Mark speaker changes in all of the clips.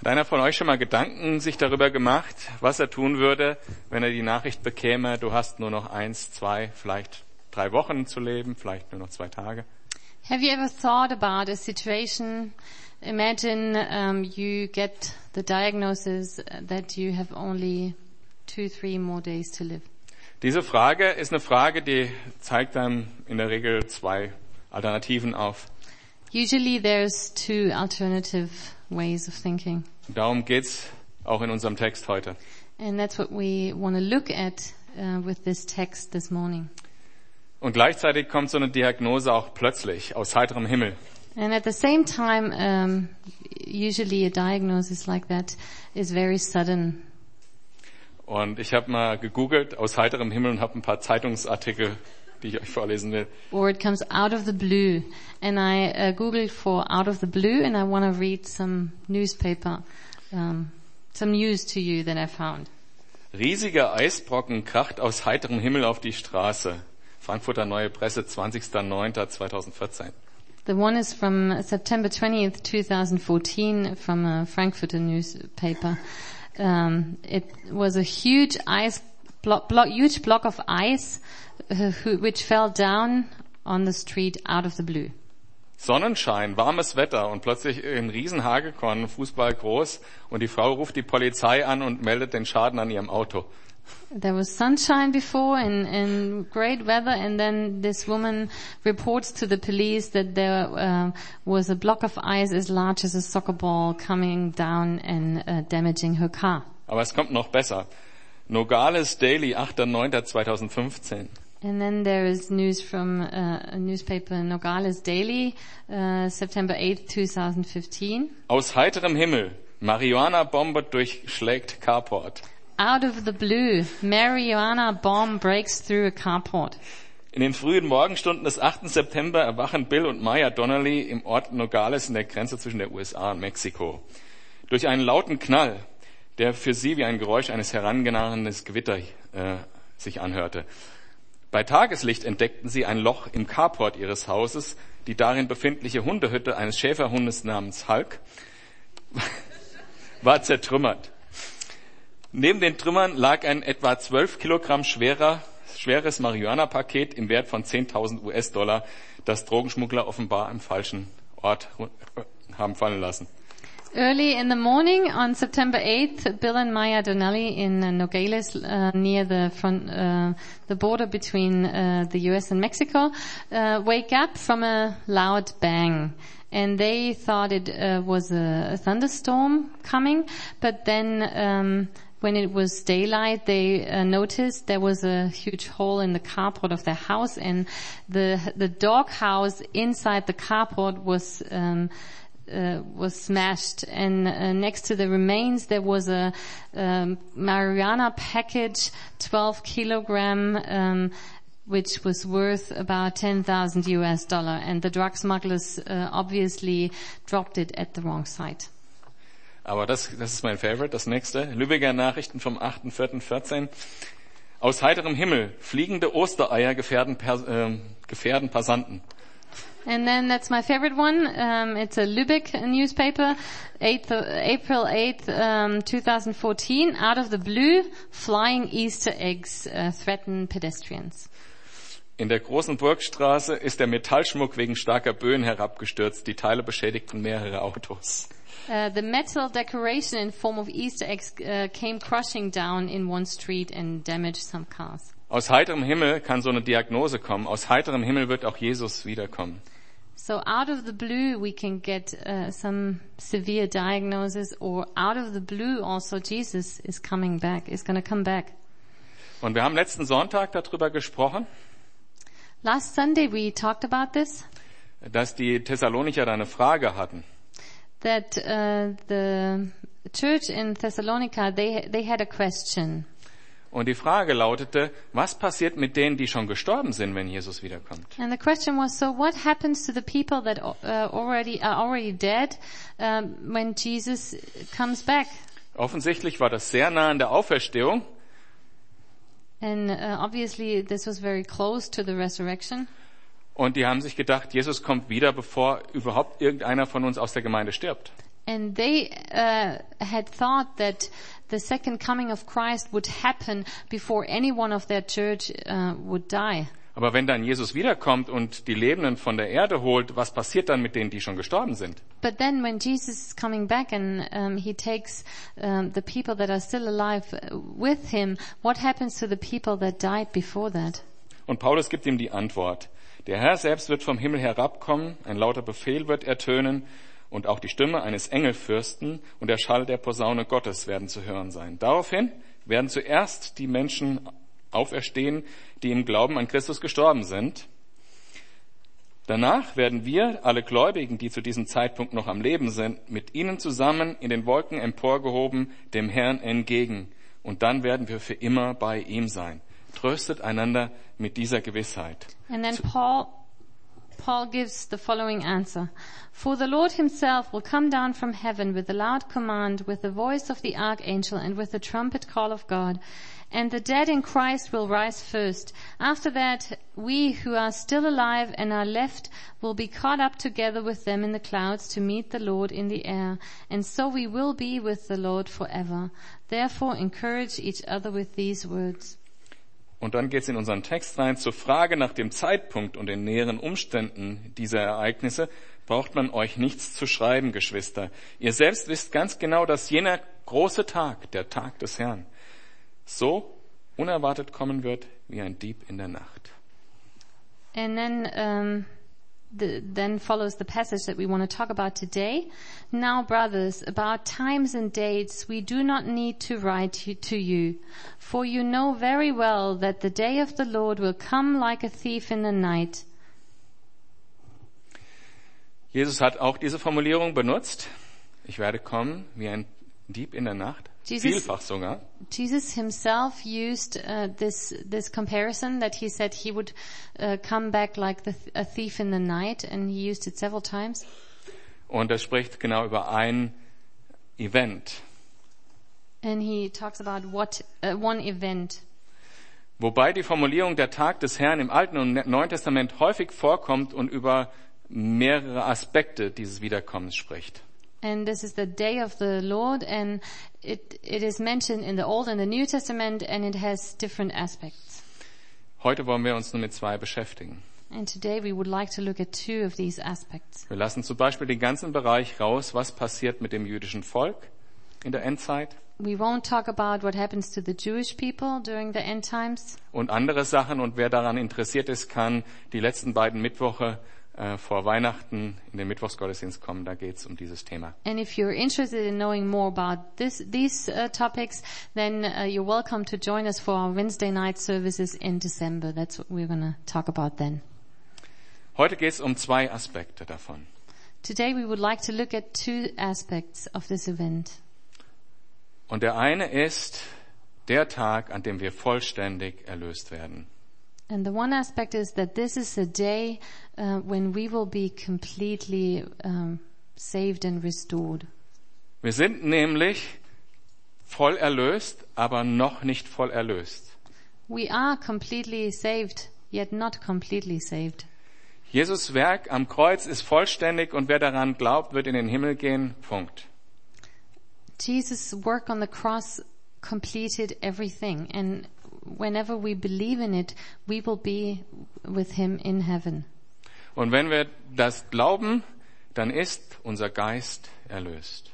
Speaker 1: Hat einer von euch schon mal Gedanken sich darüber gemacht, was er tun würde, wenn er die Nachricht bekäme, du hast nur noch eins, zwei, vielleicht drei Wochen zu leben, vielleicht nur noch zwei Tage?
Speaker 2: Have you ever thought about a situation? Imagine um, you get the diagnosis that you have only two, three more days to live.
Speaker 1: Diese Frage ist eine Frage, die zeigt einem in der Regel zwei Alternativen auf.
Speaker 2: Usually there's two alternative ways of thinking.
Speaker 1: Darum geht's auch in unserem Text heute.
Speaker 2: And that's what we want to look at uh, with this text this morning.
Speaker 1: Und gleichzeitig kommt so eine Diagnose auch plötzlich aus heiterem Himmel.
Speaker 2: And at the same time, um, usually a diagnosis like that is very sudden.
Speaker 1: Und ich habe mal gegoogelt aus heiterem Himmel und habe ein paar Zeitungsartikel, die ich euch vorlesen will.
Speaker 2: Or it comes out of the blue. And I uh, googled for out of the blue and I want to read some newspaper, um, some news to you that I found.
Speaker 1: Riesiger Eisbrocken kracht aus heiterem Himmel auf die Straße. Frankfurter Neue Presse, 20.09.2014.
Speaker 2: The one is from September 20th, 2014 from a Frankfurter newspaper. Um, it was a huge ice block, block, huge block of ice uh, who, which fell down on the street out of the blue.
Speaker 1: Sonnenschein, warmes Wetter und plötzlich ein Riesenhagelkorn, Fußball groß und die Frau ruft die Polizei an und meldet den Schaden an ihrem Auto.
Speaker 2: There was sunshine before and, and great weather, and then this woman reports to the police that there uh, was a block of ice as large as a soccer ball coming down and uh, damaging her car.
Speaker 1: Aber es kommt noch besser. Nogales Daily, 8.9.2015.
Speaker 2: And then there is news from uh, a newspaper Nogales Daily, uh, September 8, 2015.
Speaker 1: Aus heiterem Himmel, Marihuana-Bombe durchschlägt Carport.
Speaker 2: Out of the blue, marijuana bomb breaks through a carport.
Speaker 1: In den frühen Morgenstunden des 8. September erwachen Bill und Maya Donnelly im Ort Nogales in der Grenze zwischen der USA und Mexiko. Durch einen lauten Knall, der für sie wie ein Geräusch eines herangehenden Gewitter äh, sich anhörte. Bei Tageslicht entdeckten sie ein Loch im Carport ihres Hauses, die darin befindliche Hundehütte eines Schäferhundes namens Hulk war zertrümmert. Neben den Trümmern lag ein etwa 12 Kilogramm schwerer, schweres Marihuana-Paket im Wert von 10.000 US-Dollar, das Drogenschmuggler offenbar am falschen Ort äh, haben fallen lassen.
Speaker 2: Early in the morning on September 8th, Bill and Maya Donnelly in uh, Nogales, uh, near the front, uh, the border between uh, the U.S. and Mexico, uh, wake up from a loud bang. And they thought it uh, was a, a thunderstorm coming, but then um, when it was daylight, they uh, noticed there was a huge hole in the carport of their house, and the the dog house inside the carport was. Um, uh, was smashed, and uh, next to the remains there was a um, Mariana package, 12 kilogram, um, which was worth about 10,000 US dollar, and the drug smugglers uh, obviously dropped it at the wrong site.
Speaker 1: Aber das, das ist mein Favorite, das nächste. Lübecker Nachrichten vom 8.4.14. Aus heiterem Himmel, fliegende Ostereier gefährden, Pers äh, gefährden Passanten.
Speaker 2: And then that's my favorite one. Um, it's a Lübeck newspaper, 8th, of- April 8th, um, 2014. Out of the blue, flying Easter eggs uh, threaten pedestrians.
Speaker 1: In der großen Burgstraße ist der Metallschmuck wegen starker Böen herabgestürzt. Die Teile beschädigten mehrere Autos.
Speaker 2: Uh, the metal decoration in form of Easter eggs uh, came crashing down in one street and damaged some cars.
Speaker 1: Aus heiterem Himmel kann so eine Diagnose kommen. Aus heiterem Himmel wird auch Jesus wiederkommen.
Speaker 2: So out of the blue, we can get uh, some severe diagnosis, or out of the blue, also Jesus is coming back. Is going to come back.
Speaker 1: Und wir haben letzten Sonntag darüber gesprochen,
Speaker 2: Last Sunday we talked about this
Speaker 1: dass die Thessalonicher da eine Frage hatten.
Speaker 2: that uh, the church in Thessalonica they they had a question,
Speaker 1: Und die Frage lautete, was passiert mit denen, die schon gestorben sind, wenn Jesus wiederkommt?
Speaker 2: and the question was: So what happens to the people that uh, already are already dead um, when Jesus comes back?
Speaker 1: Offensichtlich war das sehr nah an der Auferstehung.
Speaker 2: And uh, obviously this was very close to the resurrection.
Speaker 1: Und die haben sich gedacht, Jesus kommt wieder, bevor überhaupt irgendeiner von uns aus der Gemeinde stirbt.
Speaker 2: and they uh, had thought that the second coming of Christ would happen before any one of their church uh, would die.
Speaker 1: Aber wenn dann Jesus wiederkommt und die Lebenden von der Erde holt, was passiert dann mit denen, die schon gestorben sind?
Speaker 2: But then when Jesus is coming back and um, he takes um, the people that are still alive uh, with him, what happens to the people that died before that?
Speaker 1: Und Paulus gibt ihm die Antwort. Der Herr selbst wird vom Himmel herabkommen, ein lauter Befehl wird ertönen und auch die Stimme eines Engelfürsten und der Schall der Posaune Gottes werden zu hören sein. Daraufhin werden zuerst die Menschen auferstehen, die im Glauben an Christus gestorben sind. Danach werden wir, alle Gläubigen, die zu diesem Zeitpunkt noch am Leben sind, mit ihnen zusammen in den Wolken emporgehoben, dem Herrn entgegen. Und dann werden wir für immer bei ihm sein. Tröstet einander mit dieser Gewissheit.
Speaker 2: And then Paul Paul gives the following answer. For the Lord himself will come down from heaven with a loud command, with the voice of the archangel, and with the trumpet call of God. And the dead in Christ will rise first. After that, we who are still alive and are left will be caught up together with them in the clouds to meet the Lord in the air. And so we will be with the Lord forever. Therefore encourage each other with these words.
Speaker 1: Und dann geht es in unseren Text rein. Zur Frage nach dem Zeitpunkt und den näheren Umständen dieser Ereignisse braucht man euch nichts zu schreiben, Geschwister. Ihr selbst wisst ganz genau, dass jener große Tag, der Tag des Herrn, so unerwartet kommen wird wie ein Dieb in der Nacht.
Speaker 2: And then, um, the, then follows the passage that we want to talk about today. Now, brothers, about times and dates, we do not need to write you- to you, for you know very well that the day of the Lord will come like a thief in the night.
Speaker 1: Jesus hat auch diese Formulierung benutzt. Ich werde kommen wie ein Dieb in der Nacht.
Speaker 2: Jesus-
Speaker 1: Vielfach sogar.
Speaker 2: Jesus himself used uh, this this comparison that he said he would uh, come back like the th- a thief in the night, and he used it several times.
Speaker 1: Und das spricht genau über ein Event.
Speaker 2: And he talks about what uh, one event.
Speaker 1: Wobei die Formulierung der Tag des Herrn im Alten und Neuen Testament häufig vorkommt und über mehrere Aspekte dieses Wiederkommens spricht.
Speaker 2: And this is the day of the Lord, and it it is mentioned in the Old and the New Testament, and it has different aspects.
Speaker 1: Heute wollen wir uns nur mit zwei beschäftigen.
Speaker 2: And today we would like to look at two of these aspects.
Speaker 1: Wir lassen zum Beispiel den ganzen Bereich raus, was passiert mit dem jüdischen Volk in der Endzeit
Speaker 2: We won't talk about what happens to the Jewish people during the end times.
Speaker 1: und andere Sachen. Und wer daran interessiert ist, kann die letzten beiden Mittwoche äh, vor Weihnachten in den Mittwochsgottesdienst kommen. Da geht es um dieses Thema.
Speaker 2: And if you're interested in knowing more about this, these uh, topics, then uh, you're welcome to join us for our Wednesday night services in December. That's what we're going to talk about then.
Speaker 1: Heute geht es um zwei Aspekte davon.
Speaker 2: Today we would like to look at two aspects of this event.
Speaker 1: Und der eine ist der Tag, an dem wir vollständig erlöst werden.
Speaker 2: And the one aspect is that this is a day uh, when we will be completely um, saved and restored.
Speaker 1: Wir sind nämlich voll erlöst, aber noch nicht voll erlöst.
Speaker 2: We are completely saved, yet not completely saved.
Speaker 1: Jesus Werk am Kreuz ist vollständig und wer daran glaubt, wird in den Himmel gehen. Punkt.
Speaker 2: Jesus' work on the cross completed everything, and whenever we believe in it, we will be with him in heaven.
Speaker 1: Und wenn wir das glauben, dann ist unser Geist erlöst.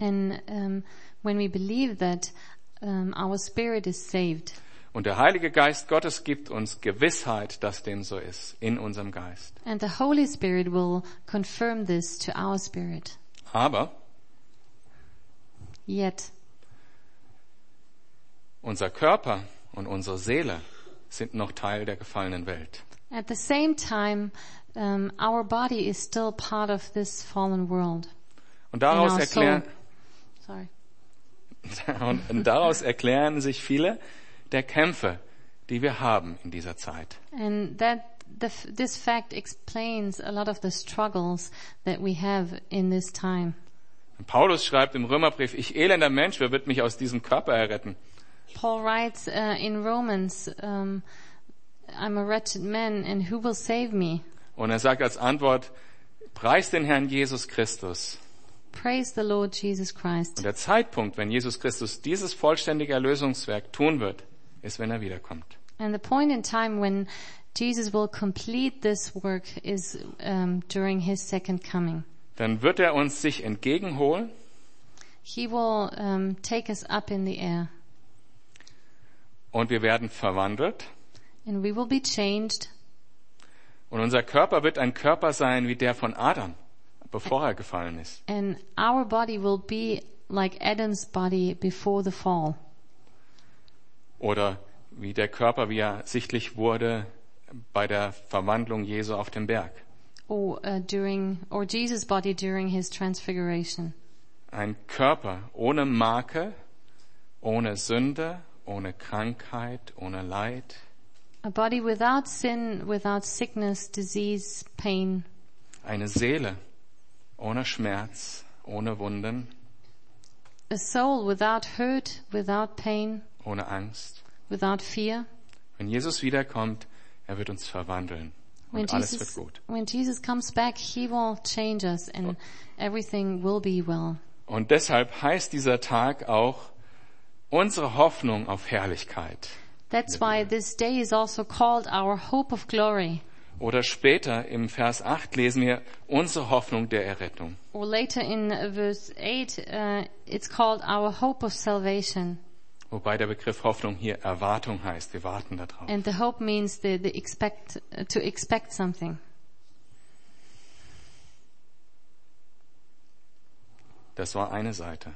Speaker 2: And um, when we believe that, um, our spirit is saved.
Speaker 1: Und der Heilige Geist Gottes gibt uns Gewissheit, dass dem so ist, in unserem Geist.
Speaker 2: And the Holy Spirit will confirm this to our spirit.
Speaker 1: Aber
Speaker 2: Yet,
Speaker 1: unser Körper und unsere Seele sind noch Teil der gefallenen Welt.
Speaker 2: at the same time, um, our body is still part of this fallen world.
Speaker 1: Und daraus,
Speaker 2: Genau,
Speaker 1: erklär,
Speaker 2: Sorry.
Speaker 1: und, und daraus erklären sich viele der Kämpfe, die wir haben in dieser Zeit.
Speaker 2: And that the, f- this fact explains a lot of the struggles that we have in this time.
Speaker 1: Und Paulus schreibt im Römerbrief, ich elender Mensch, wer wird mich aus diesem Körper erretten?
Speaker 2: Paul writes uh, in Romans, um, "I'm a wretched man, and who will save me?"
Speaker 1: Und er sagt als Antwort, preis den Herrn Jesus Christus.
Speaker 2: Praise the Lord Jesus Christ.
Speaker 1: Und der Zeitpunkt, wenn Jesus Christus dieses vollständige Erlösungswerk tun wird, ist, wenn er wiederkommt.
Speaker 2: And the point in time when Jesus will complete this work is um, during his second coming.
Speaker 1: Dann wird er uns sich entgegenholen
Speaker 2: He will um, take us up in the air
Speaker 1: und wir werden verwandelt
Speaker 2: and we will be changed
Speaker 1: und unser Körper wird ein Körper sein wie der von Adam, bevor er gefallen ist.
Speaker 2: and our body will be like Adam's body before the fall
Speaker 1: Oder wie der Körper, wie er sichtlich wurde bei der Verwandlung Jesu auf dem Berg.
Speaker 2: or uh, during or Jesus' body during his transfiguration.
Speaker 1: Ein Körper ohne Makel, ohne Sünde, ohne Krankheit, ohne Leid.
Speaker 2: A body without sin, without sickness, disease, pain,
Speaker 1: Eine Seele ohne Schmerz, ohne Wunden,
Speaker 2: a soul without hurt, without pain,
Speaker 1: ohne Angst.
Speaker 2: without fear.
Speaker 1: Wenn Jesus wiederkommt, er wird uns verwandeln. Und
Speaker 2: When
Speaker 1: alles
Speaker 2: Jesus,
Speaker 1: wird gut.
Speaker 2: when Jesus comes back, he will change us and everything will be well.
Speaker 1: Und deshalb heißt dieser Tag auch unsere Hoffnung auf Herrlichkeit.
Speaker 2: That's why this day is also called our hope of glory.
Speaker 1: Oder später im Vers 8 lesen wir unsere Hoffnung der Errettung.
Speaker 2: Or later in uh, verse 8, uh, it's called our hope of salvation.
Speaker 1: Wobei der Begriff Hoffnung hier Erwartung heißt. Wir warten darauf.
Speaker 2: And the hope means the, the expect, uh, to expect something.
Speaker 1: Das war eine Seite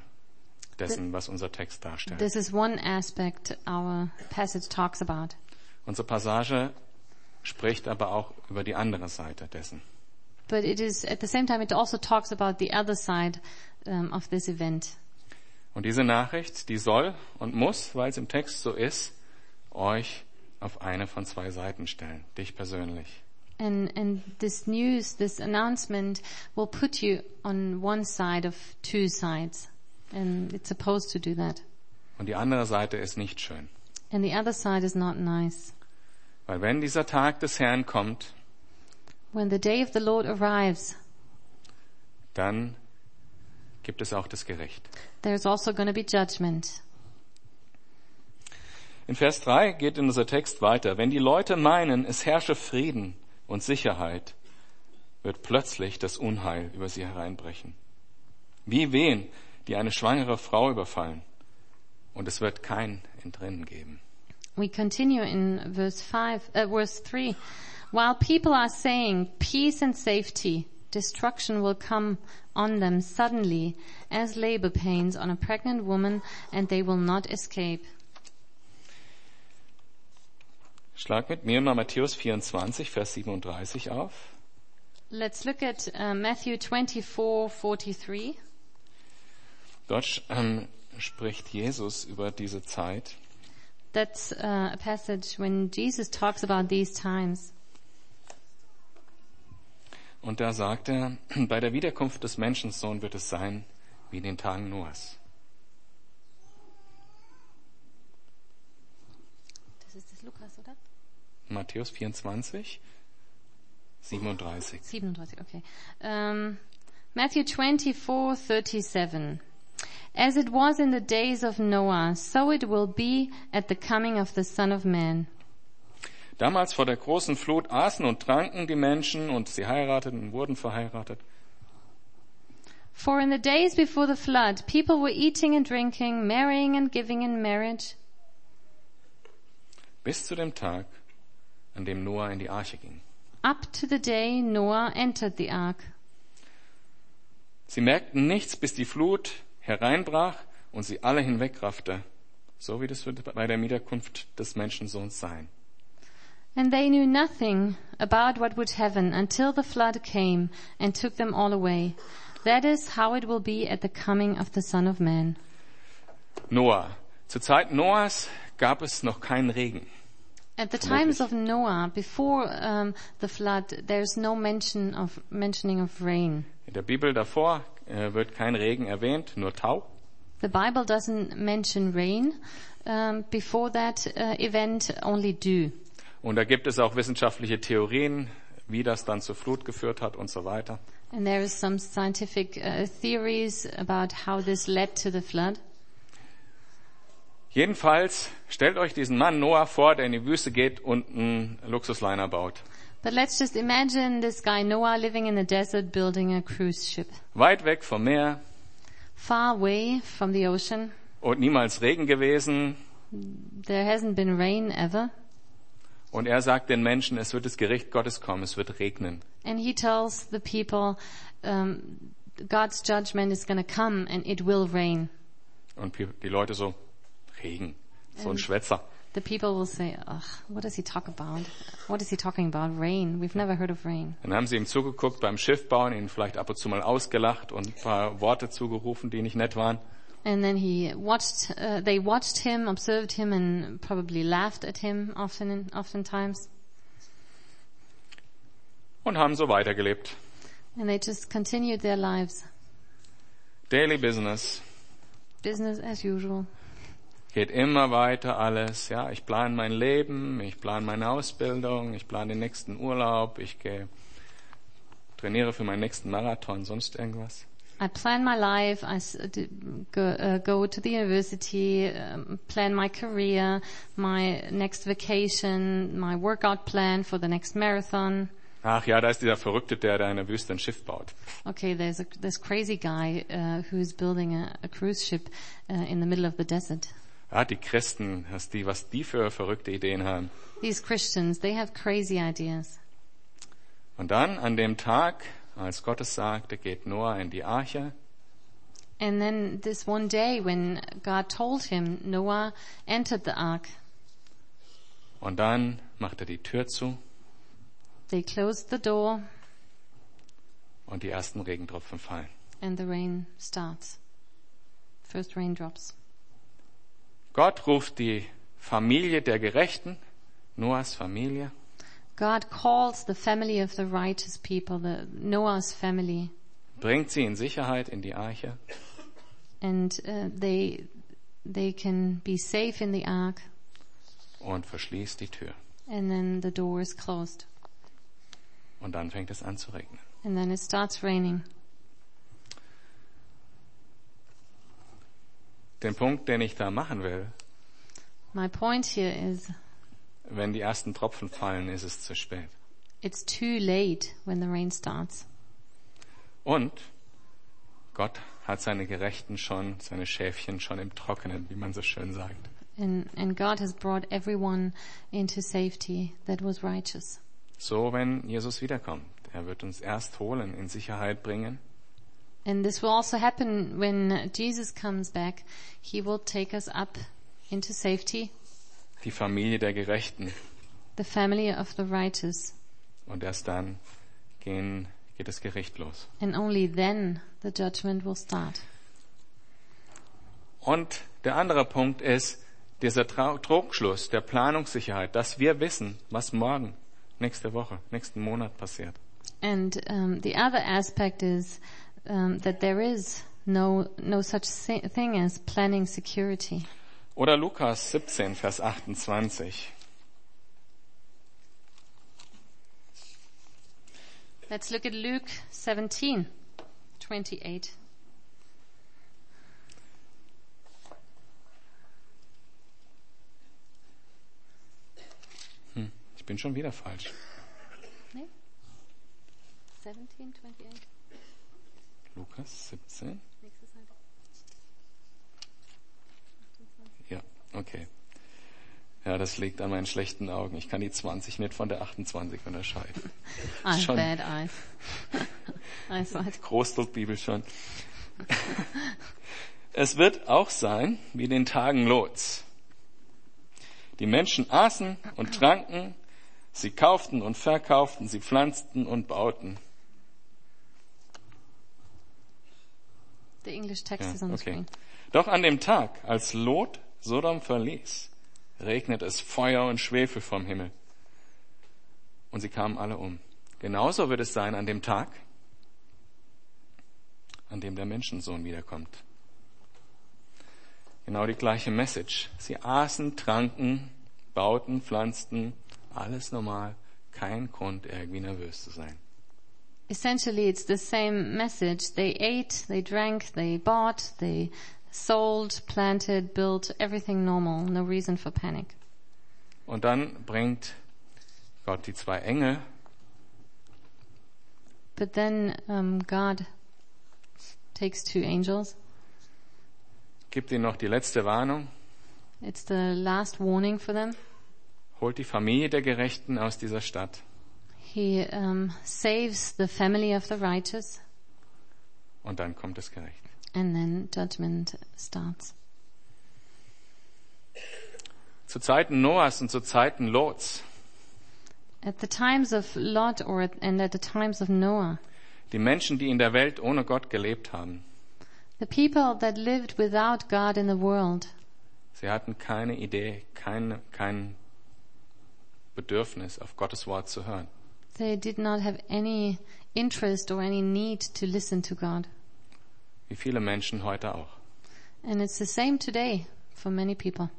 Speaker 1: dessen, was unser Text darstellt.
Speaker 2: This is one aspect our passage talks about.
Speaker 1: Unsere Passage spricht aber auch über die andere Seite dessen.
Speaker 2: But it is, at the same time, it also talks about the other side um, of this event.
Speaker 1: Und diese Nachricht, die soll und muss, weil es im Text so ist, euch auf eine von zwei Seiten stellen. Dich persönlich.
Speaker 2: And, and this news, this announcement will put you on one side of two sides. And it's supposed to do that.
Speaker 1: Und die andere Seite ist nicht schön.
Speaker 2: And the other side is not nice.
Speaker 1: Weil wenn dieser Tag des Herrn kommt,
Speaker 2: When the day of the Lord arrives,
Speaker 1: dann gibt es auch das Gericht.
Speaker 2: there's also going to be judgment.
Speaker 1: In Vers 3 geht unser Text weiter. Wenn die Leute meinen, es herrsche Frieden und Sicherheit, wird plötzlich das Unheil über sie hereinbrechen. Wie wehen, die eine schwangere Frau überfallen. Und es wird kein Entrinnen geben.
Speaker 2: We continue in verse five, uh, verse three. While people are saying peace and safety, destruction will come on them suddenly as labor pains on a pregnant woman and they will not escape.
Speaker 1: Schlag mit mir mal Matthäus 24, Vers 37 auf.
Speaker 2: Let's look at uh, Matthew 24:43.
Speaker 1: Dort ähm, spricht Jesus über diese Zeit.
Speaker 2: That's uh, a passage when Jesus talks about these times.
Speaker 1: Und da sagt er, bei der Wiederkunft des Menschensohn wird es sein wie in den Tagen Noahs.
Speaker 2: Das ist das Lukas, oder?
Speaker 1: Matthäus 24, 37.
Speaker 2: 37, okay. Um, Matthew 24:37. As it was in the days of Noah, so it will be at the coming of the Son of Man.
Speaker 1: Damals vor der großen Flut aßen und tranken die Menschen und sie heirateten und wurden verheiratet.
Speaker 2: For in the days before the flood, people were eating and drinking, marrying and giving in marriage
Speaker 1: Bis zu dem Tag, an dem Noah in die Arche ging.
Speaker 2: up to the day Noah entered the ark.
Speaker 1: Sie merkten nichts, bis die Flut hereinbrach und sie alle hinwegraffte. So wie das wird bei der Wiederkunft des Menschensohns sein.
Speaker 2: And they knew nothing about what would happen until the flood came and took them all away. That is how it will be at the coming of the Son of Man.
Speaker 1: Noah. Zur Zeit Noahs gab es noch keinen Regen.
Speaker 2: At the
Speaker 1: Vermutlich.
Speaker 2: times of Noah, before um, the flood, there's no mention of mentioning of rain.
Speaker 1: In der Bibel davor äh, wird kein Regen erwähnt, nur Tau.
Speaker 2: The Bible doesn't mention rain. Um, before that uh, event, only dew.
Speaker 1: Und da gibt es auch wissenschaftliche Theorien, wie das dann zur Flut geführt hat und so weiter.
Speaker 2: And there is some scientific uh, theories about how this led to the flood.
Speaker 1: Jedenfalls stellt euch diesen Mann Noah vor, der in die Wüste geht und einen Luxusliner baut.
Speaker 2: But let's just imagine this guy Noah living in the desert building a cruise ship
Speaker 1: Weit weg vom Meer
Speaker 2: far away from the ocean.
Speaker 1: und niemals Regen gewesen.
Speaker 2: There hasn't been rain ever.
Speaker 1: Und er sagt den Menschen, es wird das Gericht Gottes kommen, es wird regnen.
Speaker 2: And he tells the people, um, God's judgment is going to come and it will rain.
Speaker 1: Und die Leute so, Regen, so ein Schwätzer.
Speaker 2: The people will say, Ugh, what does he talk about? What is he talking about? Rain. We've never heard of rain.
Speaker 1: Dann haben sie ihm zugeguckt beim Schiffbauen, ihn vielleicht ab und zu mal ausgelacht und ein paar Worte zugerufen, die nicht nett waren.
Speaker 2: And then he watched, uh, they watched him, observed him and probably laughed at him often, oftentimes.
Speaker 1: und haben so weitergelebt.
Speaker 2: And they just continued their lives.
Speaker 1: Daily Business
Speaker 2: Business as usual.
Speaker 1: geht immer weiter alles. Ja, ich plane mein Leben, ich plane meine Ausbildung, ich plane den nächsten Urlaub, ich gehe, trainiere für meinen nächsten Marathon, sonst irgendwas.
Speaker 2: I plan my life. I s- d- go, uh, go to the university, um, plan my career, my next vacation, my workout plan for the next marathon.
Speaker 1: Ach ja, da ist dieser Verrückte, der da in der Wüste ein Schiff baut.
Speaker 2: Okay, there's a, this crazy guy uh, who's building a, a cruise ship uh, in the middle of the desert.
Speaker 1: Ah, die Christen, was die, was die für verrückte Ideen haben.
Speaker 2: These Christians, they have crazy ideas.
Speaker 1: Und dann an dem Tag, als Gott es sagte, geht Noah in die Arche
Speaker 2: And then this one day when God told him Noah entered the ark,
Speaker 1: und dann macht er die Tür zu
Speaker 2: they closed the door
Speaker 1: und die ersten Regentropfen fallen.
Speaker 2: and the rain starts. First raindrops.
Speaker 1: Gott ruft die Familie der Gerechten, Noahs Familie,
Speaker 2: God calls the family of the righteous people, the Noah's family,
Speaker 1: bringt sie in Sicherheit in die Arche
Speaker 2: and uh, they they can be safe in the ark.
Speaker 1: und verschließt die Tür.
Speaker 2: And then the door is closed,
Speaker 1: Und dann fängt es an zu regnen.
Speaker 2: and then it starts raining.
Speaker 1: Den Punkt, den ich da machen will,
Speaker 2: My point here is,
Speaker 1: wenn die ersten Tropfen fallen, ist es zu spät.
Speaker 2: it's too late when the rain starts,
Speaker 1: Und Gott hat seine Gerechten schon, seine Schäfchen schon im Trockenen, wie man so schön sagt.
Speaker 2: and and God has brought everyone into safety that was righteous.
Speaker 1: So, wenn Jesus wiederkommt. Er wird uns erst holen, in Sicherheit bringen
Speaker 2: And this will also happen when Jesus comes back. He will take us up into safety,
Speaker 1: die Familie der Gerechten.
Speaker 2: the family of the righteous.
Speaker 1: Und erst dann gehen, geht das Gericht los.
Speaker 2: And only then the judgment will start.
Speaker 1: Und der andere Punkt ist dieser Trau Trugschluss der Planungssicherheit, dass wir wissen, was morgen, nächste Woche, nächsten Monat passiert.
Speaker 2: And um, the other aspect is um, that there is no no such si- thing as planning security.
Speaker 1: Oder Lukas 17, Vers 28.
Speaker 2: Let's look at Luke 17, 28.
Speaker 1: Ich bin schon wieder falsch.
Speaker 2: 17, 28.
Speaker 1: Lukas 17? Ja, okay. Ja, das liegt an meinen schlechten Augen. Ich kann die 20 nicht von der 28 unterscheiden.
Speaker 2: I have
Speaker 1: Schon.
Speaker 2: bad eyes. Eyesight.
Speaker 1: Großdruckbibel schon. es wird auch sein wie in den Tagen Lots. Die Menschen aßen und tranken, sie kauften und verkauften, sie pflanzten und bauten.
Speaker 2: The English text
Speaker 1: Ja,
Speaker 2: is on the
Speaker 1: okay.
Speaker 2: screen.
Speaker 1: Doch an dem Tag, als Lot Sodom verließ, regnet es Feuer und Schwefel vom Himmel. Und sie kamen alle um. Genauso wird es sein an dem Tag, an dem der Menschensohn wiederkommt. Genau die gleiche Message. Sie aßen, tranken, bauten, pflanzten, alles normal, kein Grund, irgendwie nervös zu sein.
Speaker 2: essentially it's the same message. They ate, they drank, they bought, they sold, planted, built, everything normal. No reason for panic.
Speaker 1: Und dann bringt Gott die zwei Engel
Speaker 2: But then um, God takes two angels.
Speaker 1: gibt ihnen noch die letzte Warnung,
Speaker 2: It's the last warning for them.
Speaker 1: holt die Familie der Gerechten aus dieser Stadt
Speaker 2: He um, saves the family of the righteous,
Speaker 1: und dann kommt das Gericht.
Speaker 2: and then judgment starts.
Speaker 1: Zu Zeiten Noahs und zu Zeiten Lots,
Speaker 2: At the times of Lot, or at, and at the times of Noah,
Speaker 1: die Menschen, die in der Welt ohne Gott gelebt haben,
Speaker 2: the people that lived without God in the world,
Speaker 1: sie hatten keine Idee, keine, kein Bedürfnis, auf Gottes Wort zu hören.
Speaker 2: they did not have any interest or any need to listen to God.
Speaker 1: Wie viele Menschen heute auch.
Speaker 2: And it's the same today for many people,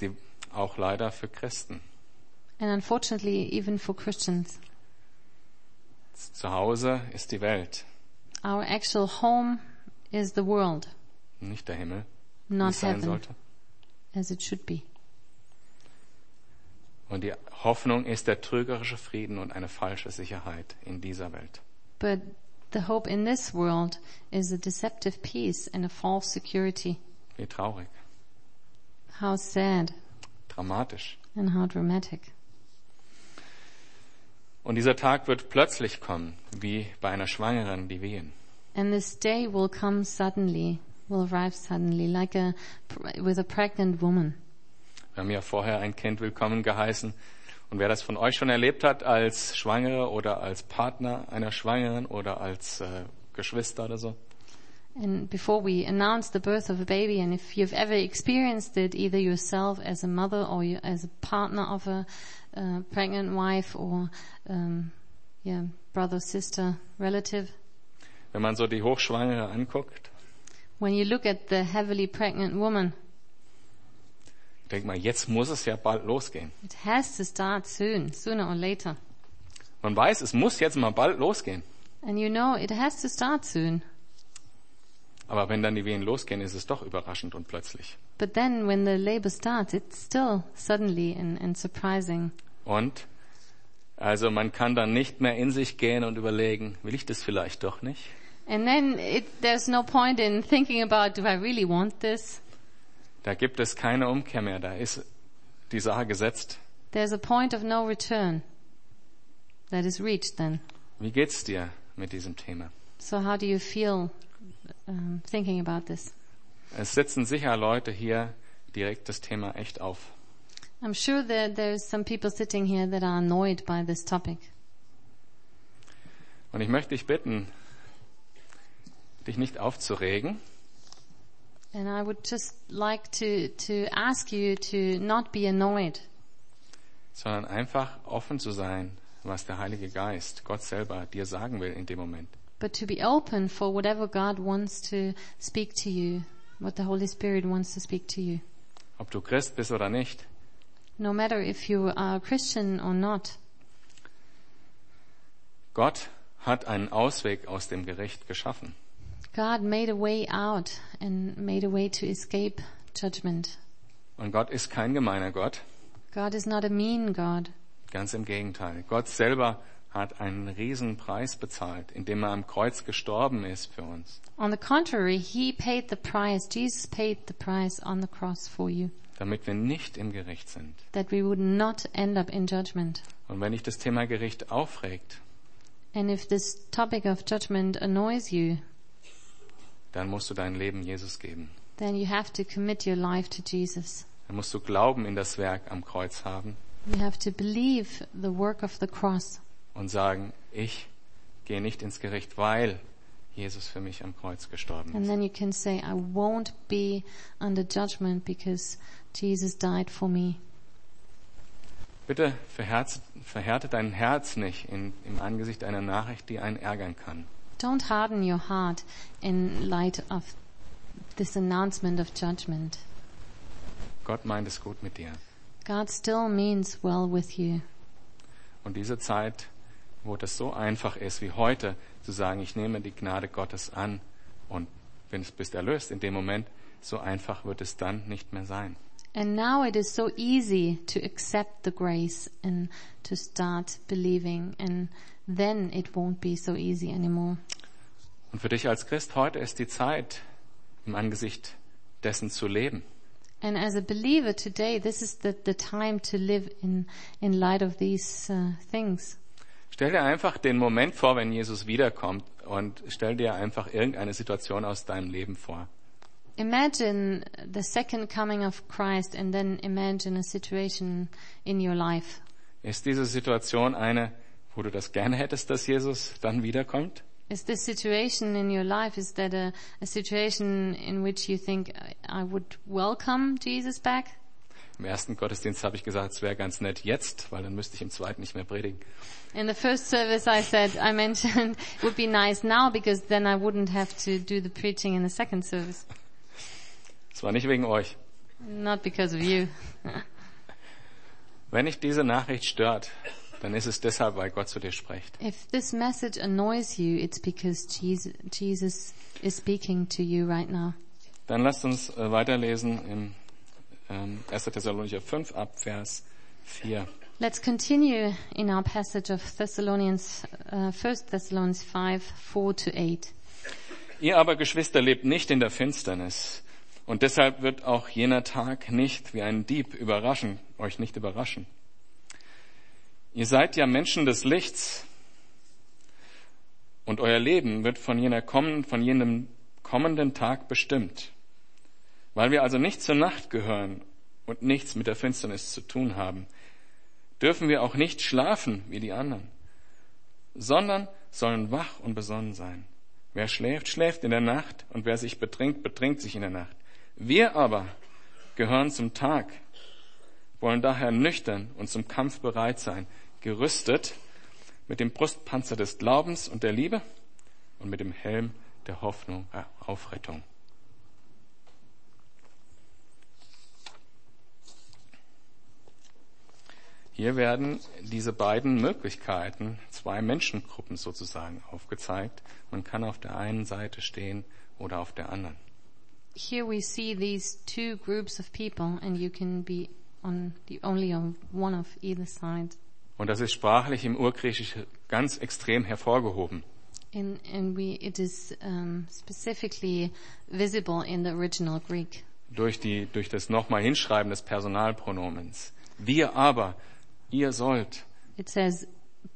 Speaker 1: Die, auch leider für Christen.
Speaker 2: and unfortunately, even for Christians.
Speaker 1: Zu Hause ist die Welt,
Speaker 2: Our actual home is the world,
Speaker 1: nicht der Himmel, wie
Speaker 2: not
Speaker 1: es sein
Speaker 2: heaven,
Speaker 1: sollte.
Speaker 2: as it should be.
Speaker 1: Und die Hoffnung ist der trügerische Frieden und eine falsche Sicherheit in dieser Welt.
Speaker 2: But the hope in this world is a deceptive peace and a false security.
Speaker 1: Wie traurig,
Speaker 2: How sad
Speaker 1: dramatisch.
Speaker 2: and how dramatic.
Speaker 1: Und dieser Tag wird plötzlich kommen, wie bei einer Schwangeren, die wehen.
Speaker 2: And this day will come suddenly, will arrive suddenly, like a, with a pregnant woman.
Speaker 1: Wir haben ja vorher ein Kind willkommen geheißen. Und wer das von euch schon erlebt hat, als Schwangere oder als Partner einer Schwangeren oder als äh, Geschwister oder so,
Speaker 2: And before we announce the birth of a baby, and if you've ever experienced it, either yourself as a mother or you, as a partner of a uh, pregnant wife or, um, yeah, brother, sister, relative,
Speaker 1: wenn man so die Hochschwangere anguckt,
Speaker 2: when you look at the heavily pregnant woman,
Speaker 1: denkt man, jetzt muss es ja bald losgehen.
Speaker 2: It has to start soon, sooner or later.
Speaker 1: Man weiß, es muss jetzt mal bald losgehen.
Speaker 2: And you know it has to start soon.
Speaker 1: Aber wenn dann die Wehen losgehen, ist es doch überraschend und plötzlich.
Speaker 2: But then when the labor starts, it's still suddenly and, and surprising.
Speaker 1: Und? Also man kann dann nicht mehr in sich gehen und überlegen, will ich das vielleicht doch nicht?
Speaker 2: And then it, there's no point in thinking about, do I really want this?
Speaker 1: Da gibt es keine Umkehr mehr, da ist die Sache gesetzt.
Speaker 2: There's a point of no return that is reached then.
Speaker 1: Wie geht's dir mit diesem Thema?
Speaker 2: So how do you feel um, thinking about this?
Speaker 1: Es sitzen sicher Leute hier direkt das Thema echt auf.
Speaker 2: I'm sure that there's some people sitting here that are annoyed by this topic.
Speaker 1: Und ich möchte dich bitten, dich nicht aufzuregen,
Speaker 2: And I would just like to, to ask you to not be annoyed
Speaker 1: sondern einfach offen zu sein, was der Heilige Geist, Gott selber, dir sagen will in dem Moment.
Speaker 2: but to be open for whatever God wants to speak to you, what the Holy Spirit wants to speak to you.
Speaker 1: Ob du Christ bist oder nicht,
Speaker 2: No matter if you are a Christian or not,
Speaker 1: Gott hat einen Ausweg aus dem Gericht geschaffen.
Speaker 2: God made a way out and made a way to escape judgment.
Speaker 1: Und Gott ist kein gemeiner Gott.
Speaker 2: God is not a mean God.
Speaker 1: Ganz im Gegenteil. Gott selber hat einen riesen Preis bezahlt, indem er am Kreuz gestorben ist für uns,
Speaker 2: On the contrary, He paid the price. Jesus paid the price on the cross for you,
Speaker 1: damit wir nicht im Gericht sind.
Speaker 2: that we would not end up in judgment.
Speaker 1: Und wenn dich das Thema Gericht aufregt,
Speaker 2: And if this topic of judgment annoys you,
Speaker 1: dann musst du dein Leben Jesus geben.
Speaker 2: then you have to commit your life to Jesus.
Speaker 1: Dann musst du Glauben in das Werk am Kreuz haben
Speaker 2: You have to believe the work of the cross
Speaker 1: und sagen, ich gehe nicht ins Gericht, weil Jesus für mich am Kreuz gestorben
Speaker 2: And
Speaker 1: ist.
Speaker 2: then you can say, I won't be under judgment because Jesus died for me.
Speaker 1: Bitte verherz, verhärte dein Herz nicht in, im Angesicht einer Nachricht, die einen ärgern kann.
Speaker 2: Don't harden your heart in light of this announcement of judgment.
Speaker 1: Gott meint es gut mit dir.
Speaker 2: God still means well with you.
Speaker 1: Und diese Zeit, wo das so einfach ist wie heute, zu sagen, ich nehme die Gnade Gottes an und bin, bist erlöst in dem Moment, so einfach wird es dann nicht mehr sein.
Speaker 2: And now it is so easy to accept the grace and to start believing and then it won't be so easy anymore.
Speaker 1: Und für dich als Christ heute ist die Zeit, im Angesicht dessen zu leben.
Speaker 2: And as a believer today, this is the, the time to live in, in light of these uh, things.
Speaker 1: Stell dir einfach den Moment vor, wenn Jesus wiederkommt und stell dir einfach irgendeine Situation aus deinem Leben vor.
Speaker 2: Imagine the second coming of Christ and then imagine a situation in your life.
Speaker 1: Ist diese Situation eine, wo du das gerne hättest, dass Jesus dann wiederkommt?
Speaker 2: Is this situation in your life, is that a, a situation in which you think I, I would welcome Jesus back?
Speaker 1: Im ersten Gottesdienst habe ich gesagt, es wäre ganz nett jetzt, weil dann müsste ich im zweiten nicht mehr predigen.
Speaker 2: In the first service I said, I mentioned it would be nice now because then I wouldn't have to do the preaching in the second service.
Speaker 1: Es war nicht wegen euch.
Speaker 2: Not because of you.
Speaker 1: Wenn dich diese Nachricht stört, dann ist es deshalb, weil Gott zu dir spricht.
Speaker 2: If this message annoys you, it's because Jesus, Jesus is speaking to you right now.
Speaker 1: Dann lasst uns äh, weiterlesen im ähm, 1. Thessalonicher 5 ab Vers 4.
Speaker 2: Let's continue in our passage of Thessalonians, uh, 1 Thessalonians 5, 4 to 8.
Speaker 1: Ihr aber Geschwister lebt nicht in der Finsternis. Und deshalb wird auch jener Tag nicht wie ein Dieb überraschen, euch nicht überraschen. Ihr seid ja Menschen des Lichts. Und euer Leben wird von jener kommen, von jenem kommenden Tag bestimmt. Weil wir also nicht zur Nacht gehören und nichts mit der Finsternis zu tun haben, dürfen wir auch nicht schlafen wie die anderen, sondern sollen wach und besonnen sein. Wer schläft, schläft in der Nacht und wer sich betrinkt, betrinkt sich in der Nacht. Wir aber gehören zum Tag, wollen daher nüchtern und zum Kampf bereit sein, gerüstet mit dem Brustpanzer des Glaubens und der Liebe und mit dem Helm der Hoffnung, äh, Aufrettung. Hier werden diese beiden Möglichkeiten, zwei Menschengruppen sozusagen aufgezeigt. Man kann auf der einen Seite stehen oder auf der anderen.
Speaker 2: Here we see these two groups of people and you can be on the only on one of either side.
Speaker 1: Und das ist sprachlich im Urgriechischen ganz extrem hervorgehoben.
Speaker 2: And, and we, it is um, specifically visible in the original Greek.
Speaker 1: Durch, die, durch das nochmal Hinschreiben des Personalpronomens. Wir aber, ihr sollt.
Speaker 2: It says,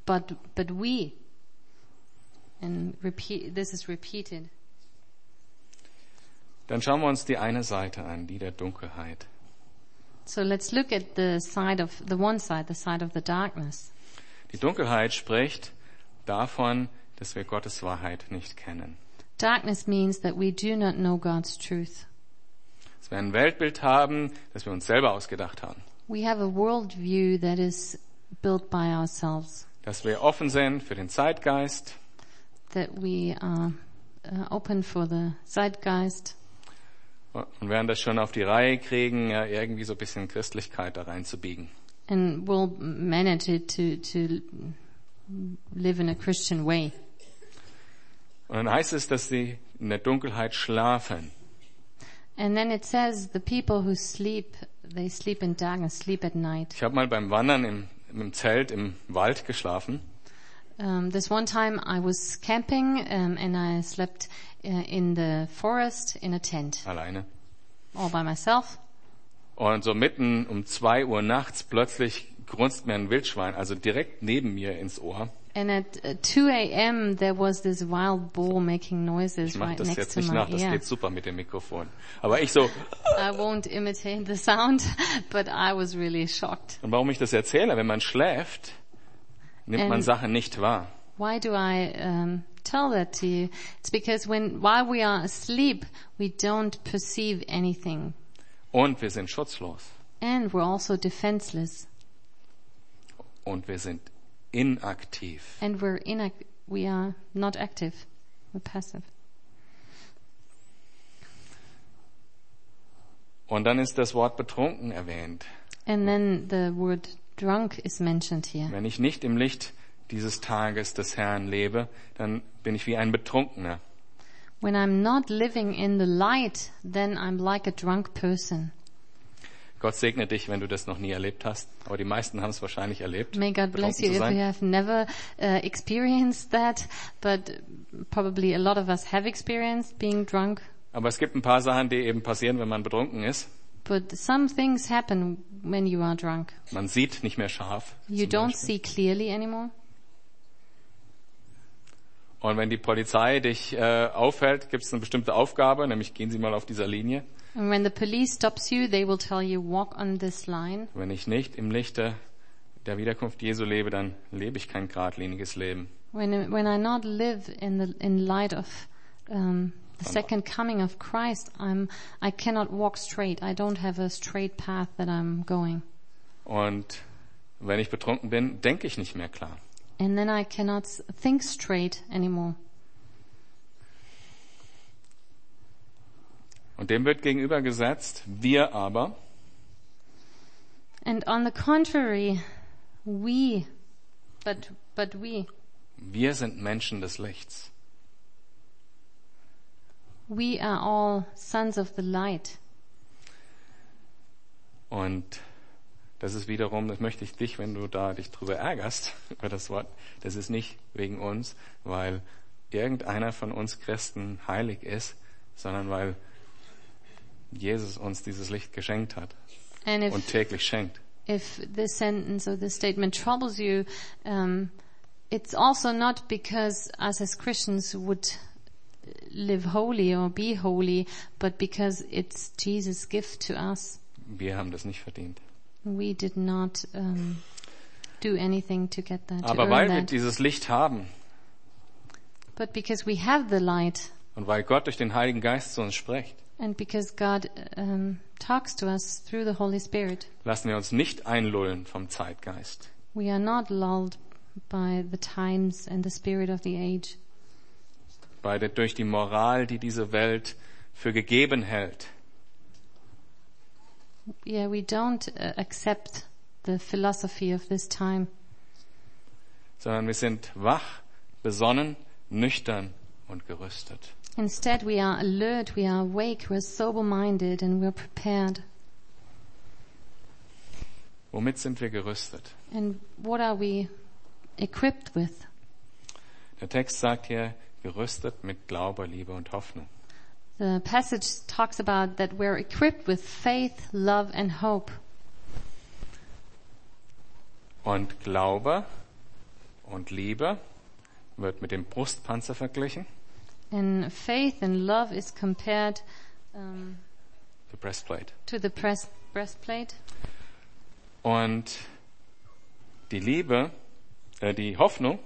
Speaker 2: but, but we, and repeat, this is repeated.
Speaker 1: Dann schauen wir uns die eine Seite an, die der Dunkelheit.
Speaker 2: So let's look at the side of, the one side, the side of the darkness.
Speaker 1: Die Dunkelheit spricht davon, dass wir Gottes Wahrheit nicht kennen.
Speaker 2: Darkness means that we do not know God's truth.
Speaker 1: Dass wir ein Weltbild haben, das wir uns selber ausgedacht haben.
Speaker 2: We have a worldview that is built by ourselves,
Speaker 1: Dass wir offen sind für den Zeitgeist,
Speaker 2: that we are uh, open for the zeitgeist.
Speaker 1: Und werden das schon auf die Reihe kriegen, ja, irgendwie so ein bisschen Christlichkeit da reinzubiegen.
Speaker 2: and will manage it to to live in a Christian way.
Speaker 1: Und dann heißt es, dass sie in der Dunkelheit schlafen.
Speaker 2: And then it says the people who sleep, they sleep in darkness, sleep at night.
Speaker 1: Ich habe mal beim Wandern im, im Zelt im Wald geschlafen.
Speaker 2: Um, this one time I was camping um, and I slept uh, in the forest in a tent
Speaker 1: Alleine.
Speaker 2: all by myself.
Speaker 1: Und so mitten um zwei Uhr nachts plötzlich grunzt mir ein Wildschwein, also direkt neben mir ins Ohr.
Speaker 2: And at uh, 2 a.m. there was this wild boar making noises
Speaker 1: Ich mach
Speaker 2: right
Speaker 1: das
Speaker 2: next
Speaker 1: jetzt
Speaker 2: to
Speaker 1: nicht
Speaker 2: my
Speaker 1: nach, das
Speaker 2: ear.
Speaker 1: geht super mit dem Mikrofon. Aber ich so,
Speaker 2: I won't imitate the sound, but I was really shocked.
Speaker 1: und warum ich das erzähle, wenn man schläft, nimmt man
Speaker 2: Ähm.
Speaker 1: Sachen nicht wahr.
Speaker 2: Why do I um, tell that to you? It's because when while we are asleep, we don't perceive anything,
Speaker 1: Und wir sind schutzlos.
Speaker 2: and we're also defenseless,
Speaker 1: Und wir sind inaktiv.
Speaker 2: and we're inac- we are not active, we're passive.
Speaker 1: Und dann ist das Wort betrunken erwähnt.
Speaker 2: And then the word drunk is mentioned here.
Speaker 1: Wenn ich nicht im Licht dieses Tages des Herrn lebe, dann bin ich wie ein Betrunkener.
Speaker 2: When I'm not living in the light, then I'm like a drunk person.
Speaker 1: Gott segne dich, wenn du das noch nie erlebt hast. Aber die meisten haben es wahrscheinlich erlebt.
Speaker 2: May God bless
Speaker 1: betrunken
Speaker 2: you
Speaker 1: zu
Speaker 2: if you
Speaker 1: sein.
Speaker 2: have never uh, experienced that, but probably a lot of us have experienced being drunk.
Speaker 1: Aber es gibt ein paar Sachen, die eben passieren, wenn man betrunken ist.
Speaker 2: But some things happen when you are drunk.
Speaker 1: Man sieht nicht mehr scharf. zum
Speaker 2: You don't
Speaker 1: Beispiel.
Speaker 2: see clearly anymore.
Speaker 1: Und wenn die Polizei dich äh, aufhält, gibt es eine bestimmte Aufgabe, nämlich gehen Sie mal auf dieser Linie.
Speaker 2: And when the police stops you, they will tell you walk on this line.
Speaker 1: Wenn ich nicht im Lichte der Wiederkunft Jesu lebe, dann lebe ich kein geradliniges Leben.
Speaker 2: When when I not live in the in light of um, the second coming of Christ, I'm I cannot walk straight. I don't have a straight path that I'm going,
Speaker 1: Und wenn ich betrunken bin, denke ich nicht mehr klar.
Speaker 2: and then I cannot s- think straight anymore.
Speaker 1: Und dem wird gegenübergesetzt, wir aber,
Speaker 2: And on the contrary, we, but but we
Speaker 1: wir sind Menschen des Lichts.
Speaker 2: we are all sons of the light.
Speaker 1: Und das ist wiederum, das möchte ich dich, wenn du da dich drüber ärgerst, über das Wort, das ist nicht wegen uns, weil irgendeiner von uns Christen heilig ist, sondern weil Jesus uns dieses Licht geschenkt hat
Speaker 2: And if
Speaker 1: und täglich schenkt.
Speaker 2: if this sentence or this statement troubles you, um, it's also not because us as Christians would live holy or be holy, but because it's Jesus' gift to us.
Speaker 1: Wir haben das nicht verdient.
Speaker 2: We did not um, do anything to get that, to
Speaker 1: Aber
Speaker 2: earn
Speaker 1: weil wir
Speaker 2: that.
Speaker 1: dieses Licht haben
Speaker 2: But because we have the light,
Speaker 1: und weil Gott durch den Heiligen Geist zu uns spricht,
Speaker 2: and because God um, talks to us through the Holy Spirit,
Speaker 1: lassen wir uns nicht einlullen vom Zeitgeist.
Speaker 2: we are not lulled by the times and the spirit of the age.
Speaker 1: Bei der, durch die Moral, die diese Welt für gegeben hält.
Speaker 2: Yeah, we don't uh, accept the philosophy of this time,
Speaker 1: sondern wir sind wach, besonnen, nüchtern und gerüstet.
Speaker 2: instead we are alert, we are awake, we're sober-minded, and we're prepared.
Speaker 1: Womit sind wir gerüstet?
Speaker 2: And what are we equipped with?
Speaker 1: Der Text sagt hier, gerüstet mit Glaube, Liebe und Hoffnung.
Speaker 2: The passage talks about that we're equipped with faith, love, and hope.
Speaker 1: Und Glaube und Liebe wird mit dem Brustpanzer verglichen.
Speaker 2: And faith and love is compared um,
Speaker 1: The breastplate.
Speaker 2: to the press, breastplate,
Speaker 1: Und die Liebe, äh, die Hoffnung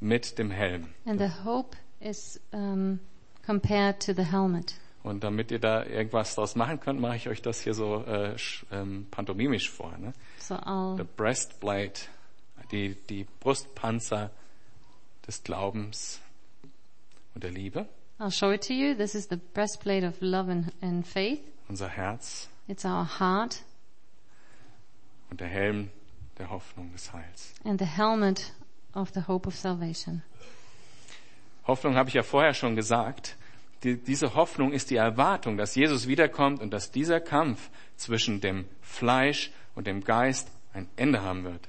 Speaker 1: mit dem Helm.
Speaker 2: and the hope is um, compared to the helmet.
Speaker 1: Und damit ihr da irgendwas draus machen könnt, mache ich euch das hier so äh, sch- ähm, pantomimisch vor. Ne?
Speaker 2: So I'll
Speaker 1: the breastplate, die, die Brustpanzer des Glaubens und der Liebe,
Speaker 2: I'll show it to you. This is the breastplate of love and, and faith.
Speaker 1: unser Herz
Speaker 2: It's our heart
Speaker 1: und der Helm der Hoffnung des Heils.
Speaker 2: and the helmet of the hope of salvation.
Speaker 1: Hoffnung habe ich ja vorher schon gesagt. Die, diese Hoffnung ist die Erwartung, dass Jesus wiederkommt und dass dieser Kampf zwischen dem Fleisch und dem Geist ein Ende haben wird.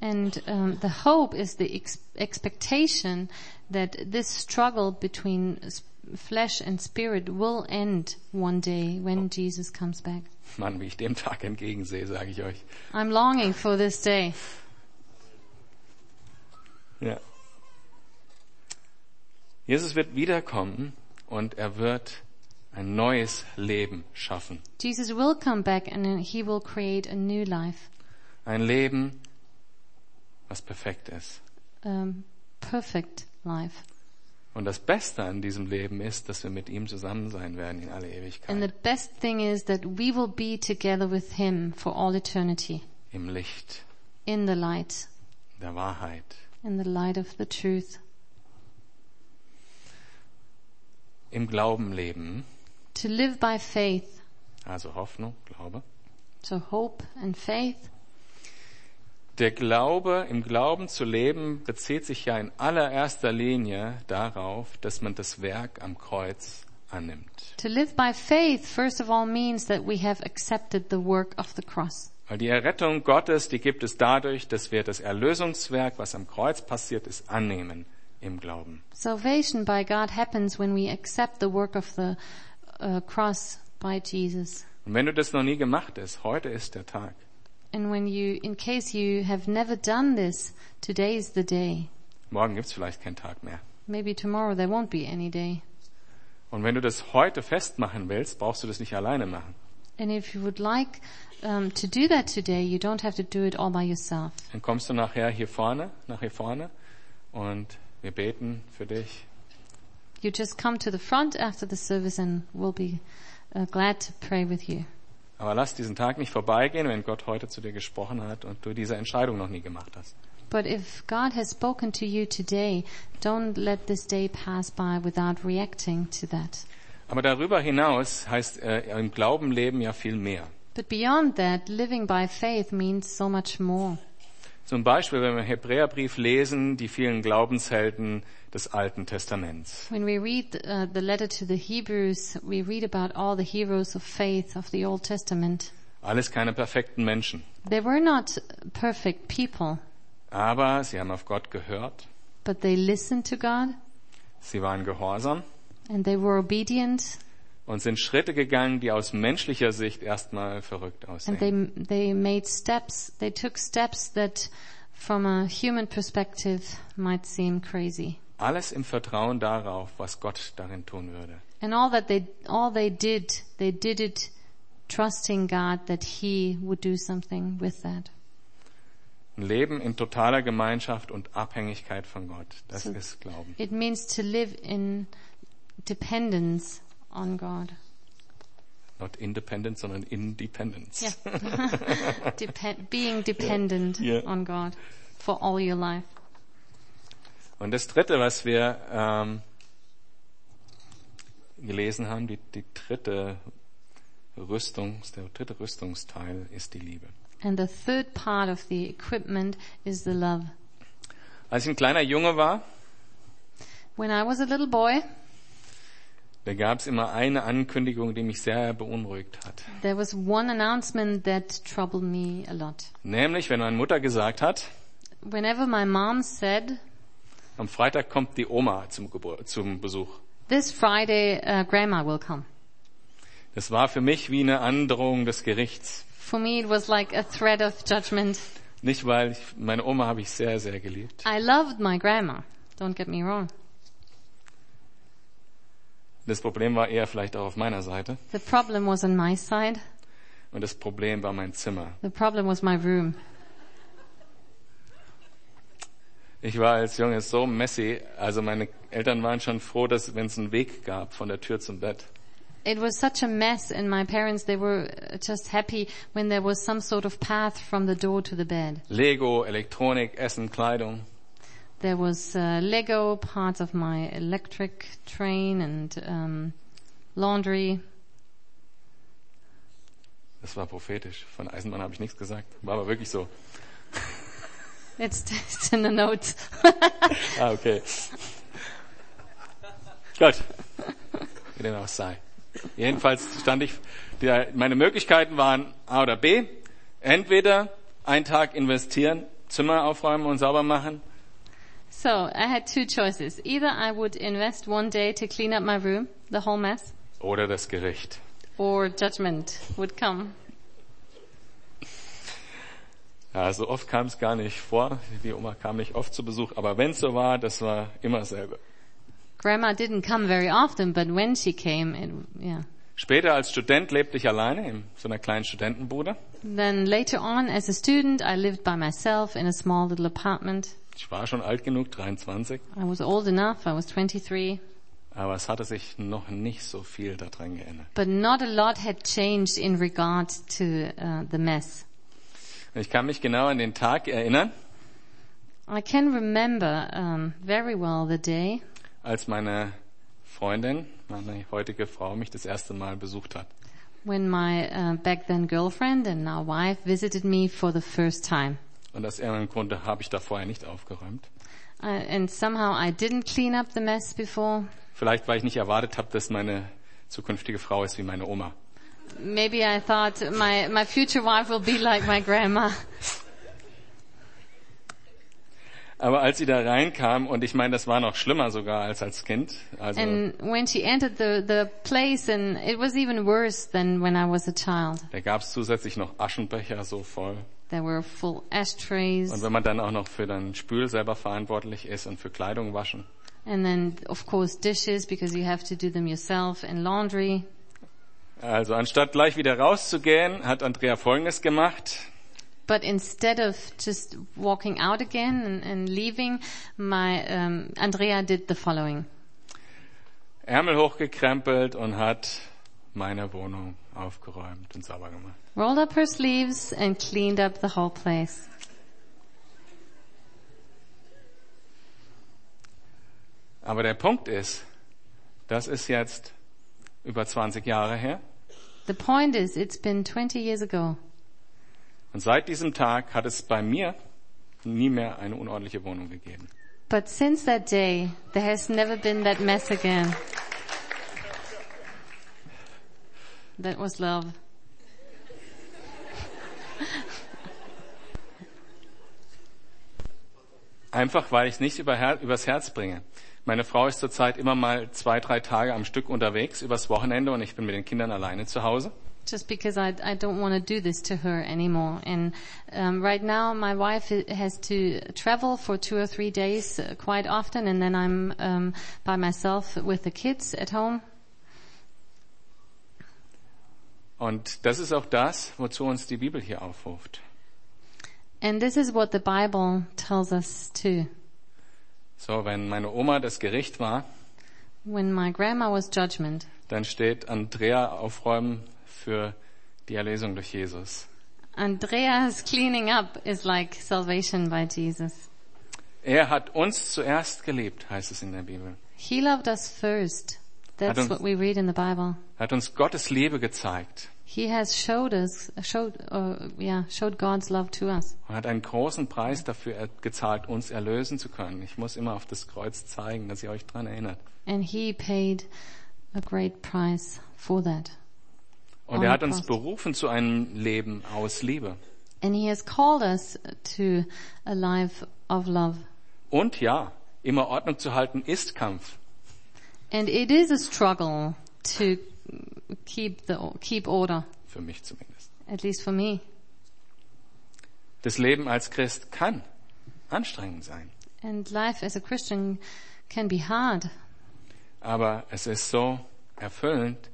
Speaker 2: And um, the hope is the ex- expectation that this struggle between s- flesh and spirit will end one day when Jesus comes back.
Speaker 1: Mann, wie ich dem Tag entgegensehe, sage ich euch.
Speaker 2: I'm longing for this day.
Speaker 1: Ja. Jesus wird wiederkommen und er wird ein neues Leben schaffen.
Speaker 2: Jesus will come back and then he will create a new life,
Speaker 1: Ein Leben, was perfekt ist.
Speaker 2: um, perfect life.
Speaker 1: Und das Beste an diesem Leben ist, dass wir mit ihm zusammen sein werden in alle Ewigkeit.
Speaker 2: And the best thing is that we will be together with him for all eternity
Speaker 1: Im Licht
Speaker 2: in the light,
Speaker 1: der Wahrheit.
Speaker 2: in the light of the truth,
Speaker 1: Im Glauben leben.
Speaker 2: to live by faith.
Speaker 1: Also Hoffnung, Glaube.
Speaker 2: So hope and faith
Speaker 1: Der Glaube, im Glauben zu leben, bezieht sich ja in allererster Linie darauf, dass man das Werk am Kreuz annimmt.
Speaker 2: To live by faith, first of all, means that we have accepted the work of the cross.
Speaker 1: Weil die Errettung Gottes, die gibt es dadurch, dass wir das Erlösungswerk, was am Kreuz passiert ist, annehmen im Glauben.
Speaker 2: Salvation by God happens when we accept the work of the uh, cross by Jesus.
Speaker 1: Und wenn du das noch nie gemacht hast, heute ist der Tag.
Speaker 2: And when you, in case you have never done this, today is the day.
Speaker 1: Morgen gibt's vielleicht keinen Tag mehr.
Speaker 2: Maybe tomorrow there won't be any day.
Speaker 1: Und wenn du das heute festmachen willst, brauchst du das nicht alleine machen.
Speaker 2: And if you would like um, to do that today, you don't have to do it all by yourself.
Speaker 1: Dann kommst du nachher hier vorne, nach hier vorne und wir beten für dich.
Speaker 2: You just come to the front after the service and we'll be uh, glad to pray with you.
Speaker 1: Aber lass diesen Tag nicht vorbeigehen, wenn Gott heute zu dir gesprochen hat und du diese Entscheidung noch nie gemacht hast.
Speaker 2: But if God has spoken to you today, don't let this day pass by without reacting to that.
Speaker 1: Aber darüber hinaus heißt äh, im Glauben leben ja viel mehr.
Speaker 2: But beyond that, living by faith means so much more.
Speaker 1: Zum Beispiel, wenn wir im Hebräerbrief lesen, die vielen Glaubenshelden des Alten Testaments.
Speaker 2: When we read uh, the letter to the Hebrews, we read about all the heroes of faith of the Old Testament.
Speaker 1: Alles keine perfekten Menschen.
Speaker 2: They were not perfect people,
Speaker 1: Aber sie haben auf Gott gehört,
Speaker 2: but they listened to God
Speaker 1: sie waren gehorsam
Speaker 2: and they were obedient
Speaker 1: und sind Schritte gegangen, die aus menschlicher Sicht erstmal verrückt
Speaker 2: and they
Speaker 1: aussehen.
Speaker 2: they made steps, they took steps that from a human perspective might seem crazy.
Speaker 1: Alles im Vertrauen darauf, was Gott darin tun würde.
Speaker 2: And all that they all they did, they did it trusting God that he would do something with that.
Speaker 1: Ein Leben in totaler Gemeinschaft und Abhängigkeit von Gott. Das
Speaker 2: So-
Speaker 1: ist Glauben.
Speaker 2: It means to live in dependence on God.
Speaker 1: Not independent, sondern independence.
Speaker 2: Depen- being dependent
Speaker 1: Yeah.
Speaker 2: on God for all your life.
Speaker 1: Und das dritte, was wir ähm, gelesen haben, die, die dritte Rüstung, der dritte Rüstungsteil ist die Liebe.
Speaker 2: And the third part of the equipment is the love.
Speaker 1: Als ich ein kleiner Junge war,
Speaker 2: When I was a little boy,
Speaker 1: da gab es immer eine Ankündigung, die mich sehr beunruhigt hat.
Speaker 2: there was one announcement that troubled me a lot.
Speaker 1: Nämlich, wenn meine Mutter gesagt hat,
Speaker 2: Whenever my mom said,
Speaker 1: am Freitag kommt die Oma zum, Gebur zum Besuch.
Speaker 2: this Friday uh, grandma will come.
Speaker 1: Das war für mich wie eine Androhung des Gerichts.
Speaker 2: For me it was like a threat of judgment.
Speaker 1: Nicht, weil ich, meine Oma habe ich sehr, sehr geliebt.
Speaker 2: I loved my grandma, don't get me wrong.
Speaker 1: Das Problem war eher vielleicht auch auf meiner Seite.
Speaker 2: The problem was on my side.
Speaker 1: Und das Problem war mein Zimmer.
Speaker 2: The problem was my room.
Speaker 1: Ich war als Junge so messy, also meine Eltern waren schon froh, dass wenn es einen Weg gab von der Tür zum Bett.
Speaker 2: It was such a mess and my parents, they were uh, just happy when there was some sort of path from the door to the bed.
Speaker 1: Lego, Elektronik, Essen, Kleidung.
Speaker 2: There was uh, Lego, parts of my electric train and um, laundry.
Speaker 1: Das war prophetisch. Von Eisenmann habe ich nichts gesagt. War aber wirklich so.
Speaker 2: It's, it's in the notes.
Speaker 1: Ah, okay. Gut. Wie dem auch sei. Jedenfalls stand ich, der, meine Möglichkeiten waren A oder B. Entweder einen Tag investieren, Zimmer aufräumen und sauber machen
Speaker 2: so I had two choices. Either I would invest one day to clean up my room, the whole mess,
Speaker 1: oder das Gericht.
Speaker 2: or judgment would come.
Speaker 1: Ja, so oft kam es gar nicht vor. Die Oma kam nicht oft zu Besuch, aber wenn es so war, das war immer dasselbe.
Speaker 2: Grandma didn't come very often, but when she came, it, yeah.
Speaker 1: Später als Student lebte ich alleine in so einer kleinen Studentenbude.
Speaker 2: Then later on, as a student, I lived by myself in a small little apartment.
Speaker 1: Ich war schon alt genug, 23,
Speaker 2: I was old enough, I was 23,
Speaker 1: aber es hatte sich noch nicht so viel daran geändert.
Speaker 2: but not a lot had changed in regard to uh, the mess.
Speaker 1: Und ich kann mich genau an den Tag erinnern,
Speaker 2: I can remember um, very well the day
Speaker 1: als meine Freundin, meine heutige Frau, mich das erste Mal besucht hat.
Speaker 2: when my uh, back then girlfriend and now wife visited me for the first time.
Speaker 1: Und aus irgendeinem Grunde habe ich da vorher nicht aufgeräumt.
Speaker 2: Uh, and somehow I didn't clean up the mess before.
Speaker 1: Vielleicht, weil ich nicht erwartet habe, dass meine zukünftige Frau ist wie meine Oma.
Speaker 2: Maybe I thought my, my future wife will be like my grandma.
Speaker 1: Aber als sie da reinkam, und ich meine, das war noch schlimmer sogar als als Kind. Also,
Speaker 2: And when she entered the, the place, and it was even worse than when I was a child.
Speaker 1: da gab es zusätzlich noch Aschenbecher so voll.
Speaker 2: There were full
Speaker 1: Und
Speaker 2: ashtrays,
Speaker 1: wenn man dann auch noch für den Spül selber verantwortlich ist und für Kleidung waschen,
Speaker 2: and then of course dishes because you have to do them yourself, and laundry.
Speaker 1: Also anstatt gleich wieder rauszugehen, hat Andrea Folgendes gemacht.
Speaker 2: But instead of just walking out again and, and leaving, my um, Andrea did the following.
Speaker 1: Ärmel hochgekrempelt und hat meine Wohnung aufgeräumt und sauber gemacht.
Speaker 2: Rolled up her sleeves and cleaned up the whole place.
Speaker 1: Aber der Punkt ist, das ist jetzt über 20 Jahre her.
Speaker 2: The point is, it's been 20 years ago.
Speaker 1: Und seit diesem Tag hat es bei mir nie mehr eine unordentliche Wohnung gegeben.
Speaker 2: But since that day, there has never been that mess again. That was love.
Speaker 1: Einfach weil ich es nicht über Her übers Herz bringe. Meine Frau ist zurzeit immer mal zwei, drei Tage am Stück unterwegs, übers Wochenende und ich bin mit den Kindern alleine zu Hause.
Speaker 2: Just because I, I don't want to do this to her anymore. And um, right now, my wife i- has to travel for two or three days uh, quite often, and then I'm um, by myself with the kids at home.
Speaker 1: Und das ist auch das, wozu uns die Bibel hier aufruft.
Speaker 2: And this is what the Bible tells us too.
Speaker 1: So, wenn meine Oma das Gericht war,
Speaker 2: When my grandma was judgment,
Speaker 1: dann steht Andrea aufräumen für die Erlösung durch Jesus.
Speaker 2: Andrea's cleaning up is like salvation by Jesus.
Speaker 1: Er hat uns zuerst geliebt, heißt es in der Bibel.
Speaker 2: He loved us first. That's
Speaker 1: don't-
Speaker 2: what we read in the Bible.
Speaker 1: Hat uns Gottes Liebe gezeigt
Speaker 2: He has showed us, showed, uh, yeah, showed God's love to us.
Speaker 1: und hat einen großen Preis dafür er- gezahlt, uns erlösen zu können. Ich muss immer auf das Kreuz zeigen, dass ihr euch dran erinnert.
Speaker 2: And he paid a great price for that.
Speaker 1: Und er hat uns
Speaker 2: Holocaust.
Speaker 1: berufen zu einem Leben aus Liebe.
Speaker 2: And he has called us to a life of love.
Speaker 1: Und ja, immer Ordnung zu halten ist Kampf.
Speaker 2: And it is a struggle to keep the, keep order,
Speaker 1: Für mich zumindest.
Speaker 2: at least for me.
Speaker 1: Das Leben als Christ kann anstrengend sein,
Speaker 2: And life as a Christian can be hard,
Speaker 1: aber es ist so erfüllend,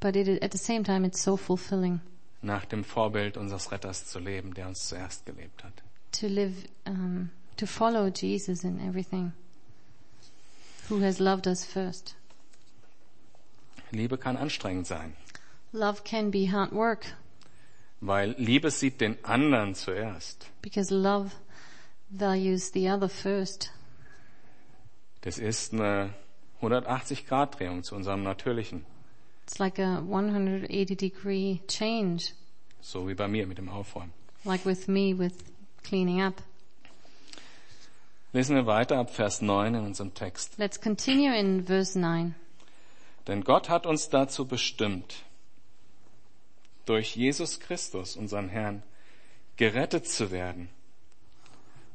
Speaker 2: but it, at the same time it's so fulfilling
Speaker 1: nach dem Vorbild unseres Retters zu leben, der uns zuerst gelebt hat.
Speaker 2: to live, um, to follow Jesus in everything, who has loved us first.
Speaker 1: Liebe kann anstrengend sein,
Speaker 2: Love can be hard work
Speaker 1: weil Liebe sieht den anderen zuerst.
Speaker 2: because love values the other first.
Speaker 1: Das ist eine 180-Grad-Drehung zu unserem Natürlichen,
Speaker 2: It's like a 180 degree change,
Speaker 1: so wie bei mir mit dem Aufräumen.
Speaker 2: like with me with cleaning up.
Speaker 1: Lesen wir weiter ab Vers 9 in unserem Text.
Speaker 2: Let's continue in verse 9.
Speaker 1: Denn Gott hat uns dazu bestimmt, durch Jesus Christus, unseren Herrn, gerettet zu werden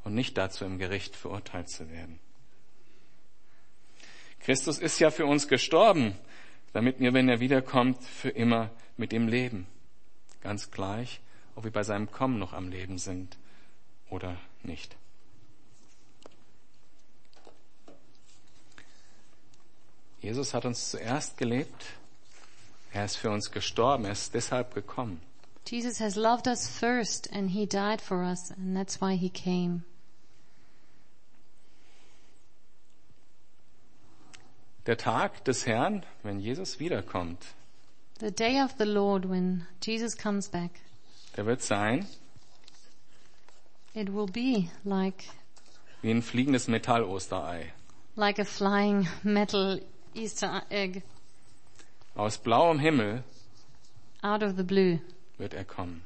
Speaker 1: und nicht dazu im Gericht verurteilt zu werden. Christus ist ja für uns gestorben, damit wir, wenn er wiederkommt, für immer mit ihm leben. Ganz gleich, ob wir bei seinem Kommen noch am Leben sind oder nicht. Jesus hat uns zuerst gelebt. Er ist für uns gestorben. Er ist deshalb gekommen.
Speaker 2: Jesus has loved us first and he died for us and that's why he came.
Speaker 1: Der Tag des Herrn, wenn Jesus wiederkommt,
Speaker 2: The day of the Lord when Jesus comes back,
Speaker 1: der wird sein
Speaker 2: it will be like,
Speaker 1: wie ein fliegendes Metallosterei.
Speaker 2: like a flying metal Easter egg
Speaker 1: Aus blauem Himmel
Speaker 2: out of the blue.
Speaker 1: wird er kommen.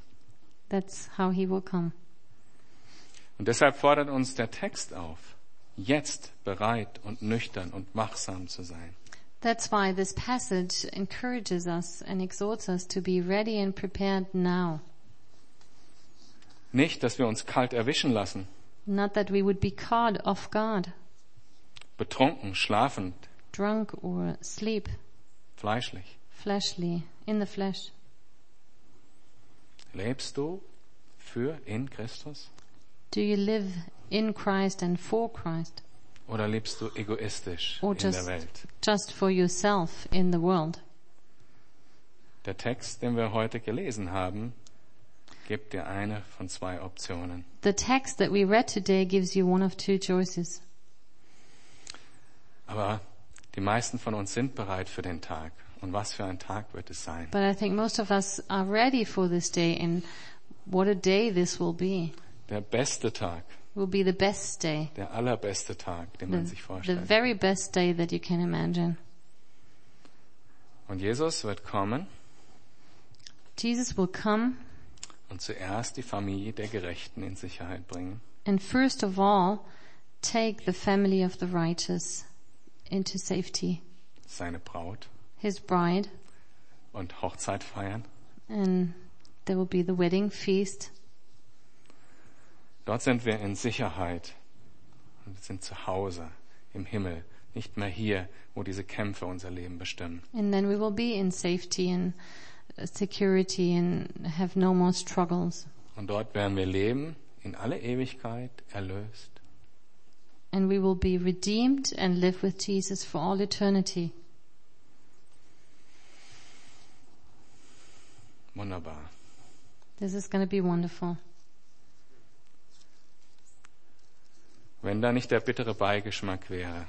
Speaker 2: That's how he will come.
Speaker 1: Und deshalb fordert uns der Text auf, jetzt bereit und nüchtern und wachsam zu sein.
Speaker 2: That's why this passage encourages us and exhorts us to be ready and prepared now.
Speaker 1: Nicht, dass wir uns kalt erwischen lassen,
Speaker 2: Not that we would be caught off guard,
Speaker 1: betrunken, schlafend,
Speaker 2: drunk or asleep,
Speaker 1: fleischlich.
Speaker 2: fleshly, in the flesh.
Speaker 1: Lebst du für in Christus
Speaker 2: Do you live in Christ and for Christ
Speaker 1: oder lebst du egoistisch
Speaker 2: or
Speaker 1: in der
Speaker 2: just,
Speaker 1: Welt?
Speaker 2: just for yourself in the world?
Speaker 1: Der Text, den wir heute gelesen haben, gibt dir eine von zwei Optionen.
Speaker 2: The text that we read today gives you one of two choices.
Speaker 1: Aber die meisten von uns sind bereit für den Tag. Und was für ein Tag wird es sein?
Speaker 2: But I think most of us are ready for this day and what a day this will be.
Speaker 1: Der beste Tag,
Speaker 2: Will be the best day.
Speaker 1: der allerbeste Tag, den man
Speaker 2: The,
Speaker 1: sich
Speaker 2: the
Speaker 1: vorstellt.
Speaker 2: very best day that you can imagine.
Speaker 1: Und Jesus wird kommen
Speaker 2: Jesus will come
Speaker 1: und zuerst die Familie der Gerechten in Sicherheit bringen.
Speaker 2: and first of all take the family of the righteous into safety,
Speaker 1: seine Braut
Speaker 2: his bride,
Speaker 1: und Hochzeit feiern.
Speaker 2: and there will be the wedding feast.
Speaker 1: Dort sind wir in Sicherheit und wir sind zu Hause im Himmel, nicht mehr hier, wo diese Kämpfe unser Leben bestimmen.
Speaker 2: And then we will be in safety and uh, security and have no more struggles.
Speaker 1: Und dort werden wir leben, in alle Ewigkeit erlöst.
Speaker 2: And we will be redeemed and live with Jesus for all eternity.
Speaker 1: Wunderbar.
Speaker 2: This is going to be wonderful.
Speaker 1: Wenn da nicht der bittere Beigeschmack wäre,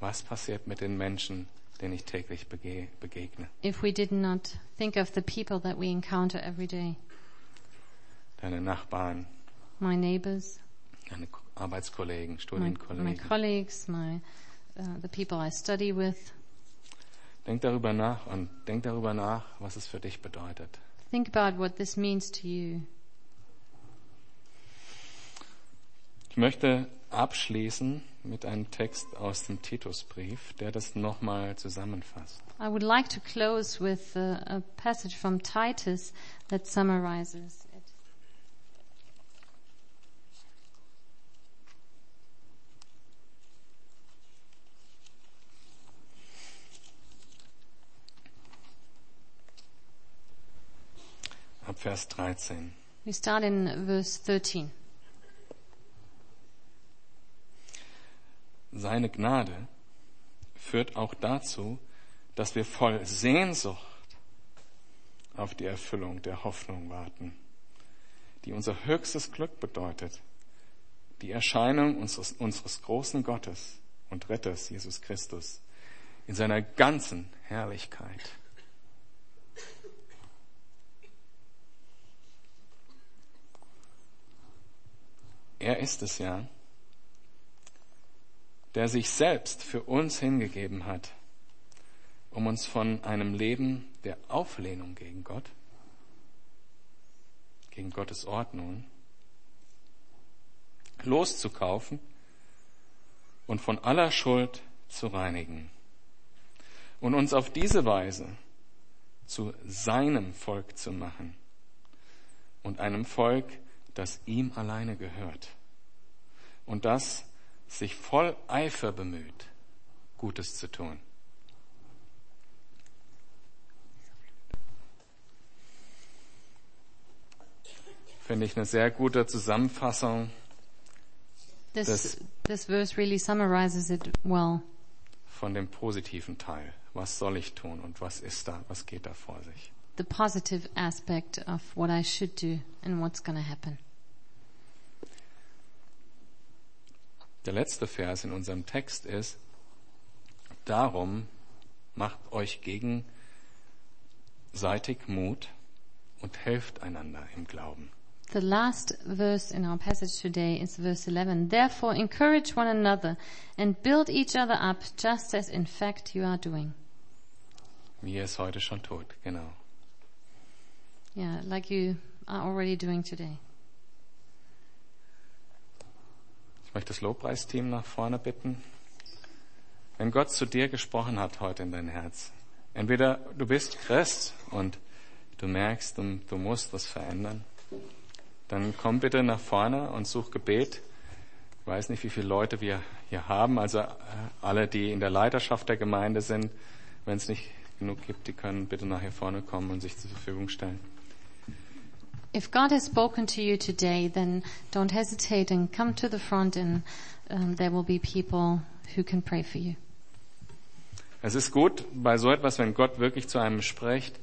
Speaker 1: was passiert mit den Menschen, denen ich täglich bege begegne?
Speaker 2: If we did not think of the people that we encounter every day,
Speaker 1: Deine Nachbarn,
Speaker 2: my neighbors,
Speaker 1: deine Ko- Arbeitskollegen,
Speaker 2: my, my
Speaker 1: Studienkollegen.
Speaker 2: colleagues, my, uh, the people I study with,
Speaker 1: Denk darüber nach und denk darüber nach, was es für dich bedeutet.
Speaker 2: think about what this means to you.
Speaker 1: Ich möchte abschließen mit einem Text aus dem Titusbrief, der das nochmal zusammenfasst.
Speaker 2: I would like to close with a, a passage from Titus that summarizes it.
Speaker 1: Ab Vers 13.
Speaker 2: We start in verse 13.
Speaker 1: Seine Gnade führt auch dazu, dass wir voll Sehnsucht auf die Erfüllung der Hoffnung warten, die unser höchstes Glück bedeutet, die Erscheinung unseres, unseres großen Gottes und Retters Jesus Christus in seiner ganzen Herrlichkeit. Er ist es ja, der sich selbst für uns hingegeben hat, um uns von einem Leben der Auflehnung gegen Gott, gegen Gottes Ordnung, loszukaufen und von aller Schuld zu reinigen und uns auf diese Weise zu seinem Volk zu machen und einem Volk, das ihm alleine gehört und das sich voll Eifer bemüht, Gutes zu tun. Finde ich eine sehr gute Zusammenfassung
Speaker 2: This,
Speaker 1: Das-
Speaker 2: this verse really summarizes it well.
Speaker 1: von dem positiven Teil. Was soll ich tun und was ist da, was geht da vor sich?
Speaker 2: The positive aspect of what I should do and what's going to happen.
Speaker 1: Der letzte Vers in unserem Text ist, darum macht euch gegenseitig Mut und helft einander im Glauben.
Speaker 2: The last verse in our passage today is verse 11. Therefore encourage one another and build each other up just as in fact you are doing.
Speaker 1: Wie ihr es heute schon tut, genau.
Speaker 2: Yeah, like you are already doing today.
Speaker 1: Ich möchte das Lobpreisteam nach vorne bitten. Wenn Gott zu dir gesprochen hat heute in dein Herz, entweder du bist Christ und du merkst, du, du musst was verändern, dann komm bitte nach vorne und such Gebet. Ich weiß nicht, wie viele Leute wir hier haben, also äh, alle, die in der Leiterschaft der Gemeinde sind. Wenn es nicht genug gibt, die können bitte nach hier vorne kommen und sich zur Verfügung stellen.
Speaker 2: If God has spoken to you today, then don't hesitate and come to the front and um, there will be people who can pray for you.
Speaker 1: Es ist gut, bei so etwas, wenn Gott wirklich zu einem spricht,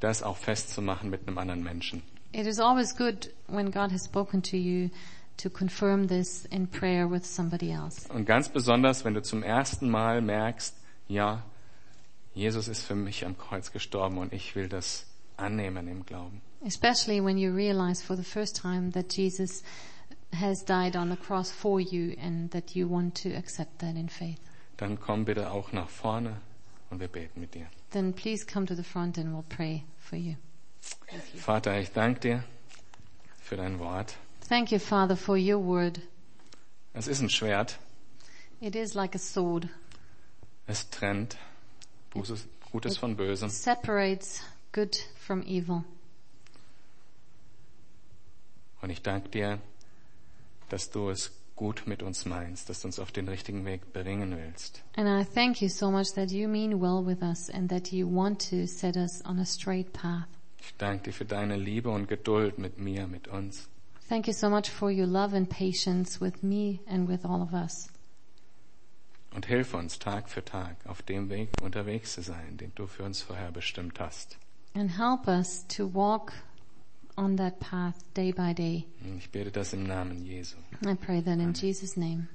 Speaker 1: das auch festzumachen mit einem anderen Menschen.
Speaker 2: It is always good when God has spoken to you to confirm this in prayer with somebody else.
Speaker 1: Und ganz besonders, wenn du zum ersten Mal merkst, ja, Jesus ist für mich am Kreuz gestorben und ich will das annehmen im Glauben.
Speaker 2: Especially when you realize for the first time that Jesus has died on the cross for you and that you want to accept that in faith.
Speaker 1: Dann komm bitte auch nach vorne und wir beten mit dir.
Speaker 2: Then please come to the front and we'll pray for you.
Speaker 1: Vater, ich danke dir für dein Wort.
Speaker 2: Thank you, Father, for your word.
Speaker 1: Es ist ein Schwert,
Speaker 2: It is like a sword,
Speaker 1: es trennt Bußes, Gutes von Bösem.
Speaker 2: separates good from evil.
Speaker 1: Und ich danke dir, dass du es gut mit uns meinst, dass du uns auf den richtigen Weg bringen willst.
Speaker 2: And I thank you so much that you mean well with us and that you want to set us on a straight path.
Speaker 1: Ich danke dir für deine Liebe und Geduld mit mir, mit uns.
Speaker 2: Thank you so much for your love and patience with me and with all of us.
Speaker 1: Und hilf uns Tag für Tag auf dem Weg unterwegs zu sein, den du für uns vorher bestimmt hast.
Speaker 2: And help us to walk on that path day by day.
Speaker 1: Und ich bete das im Namen Jesu.
Speaker 2: I pray that in Jesus' name.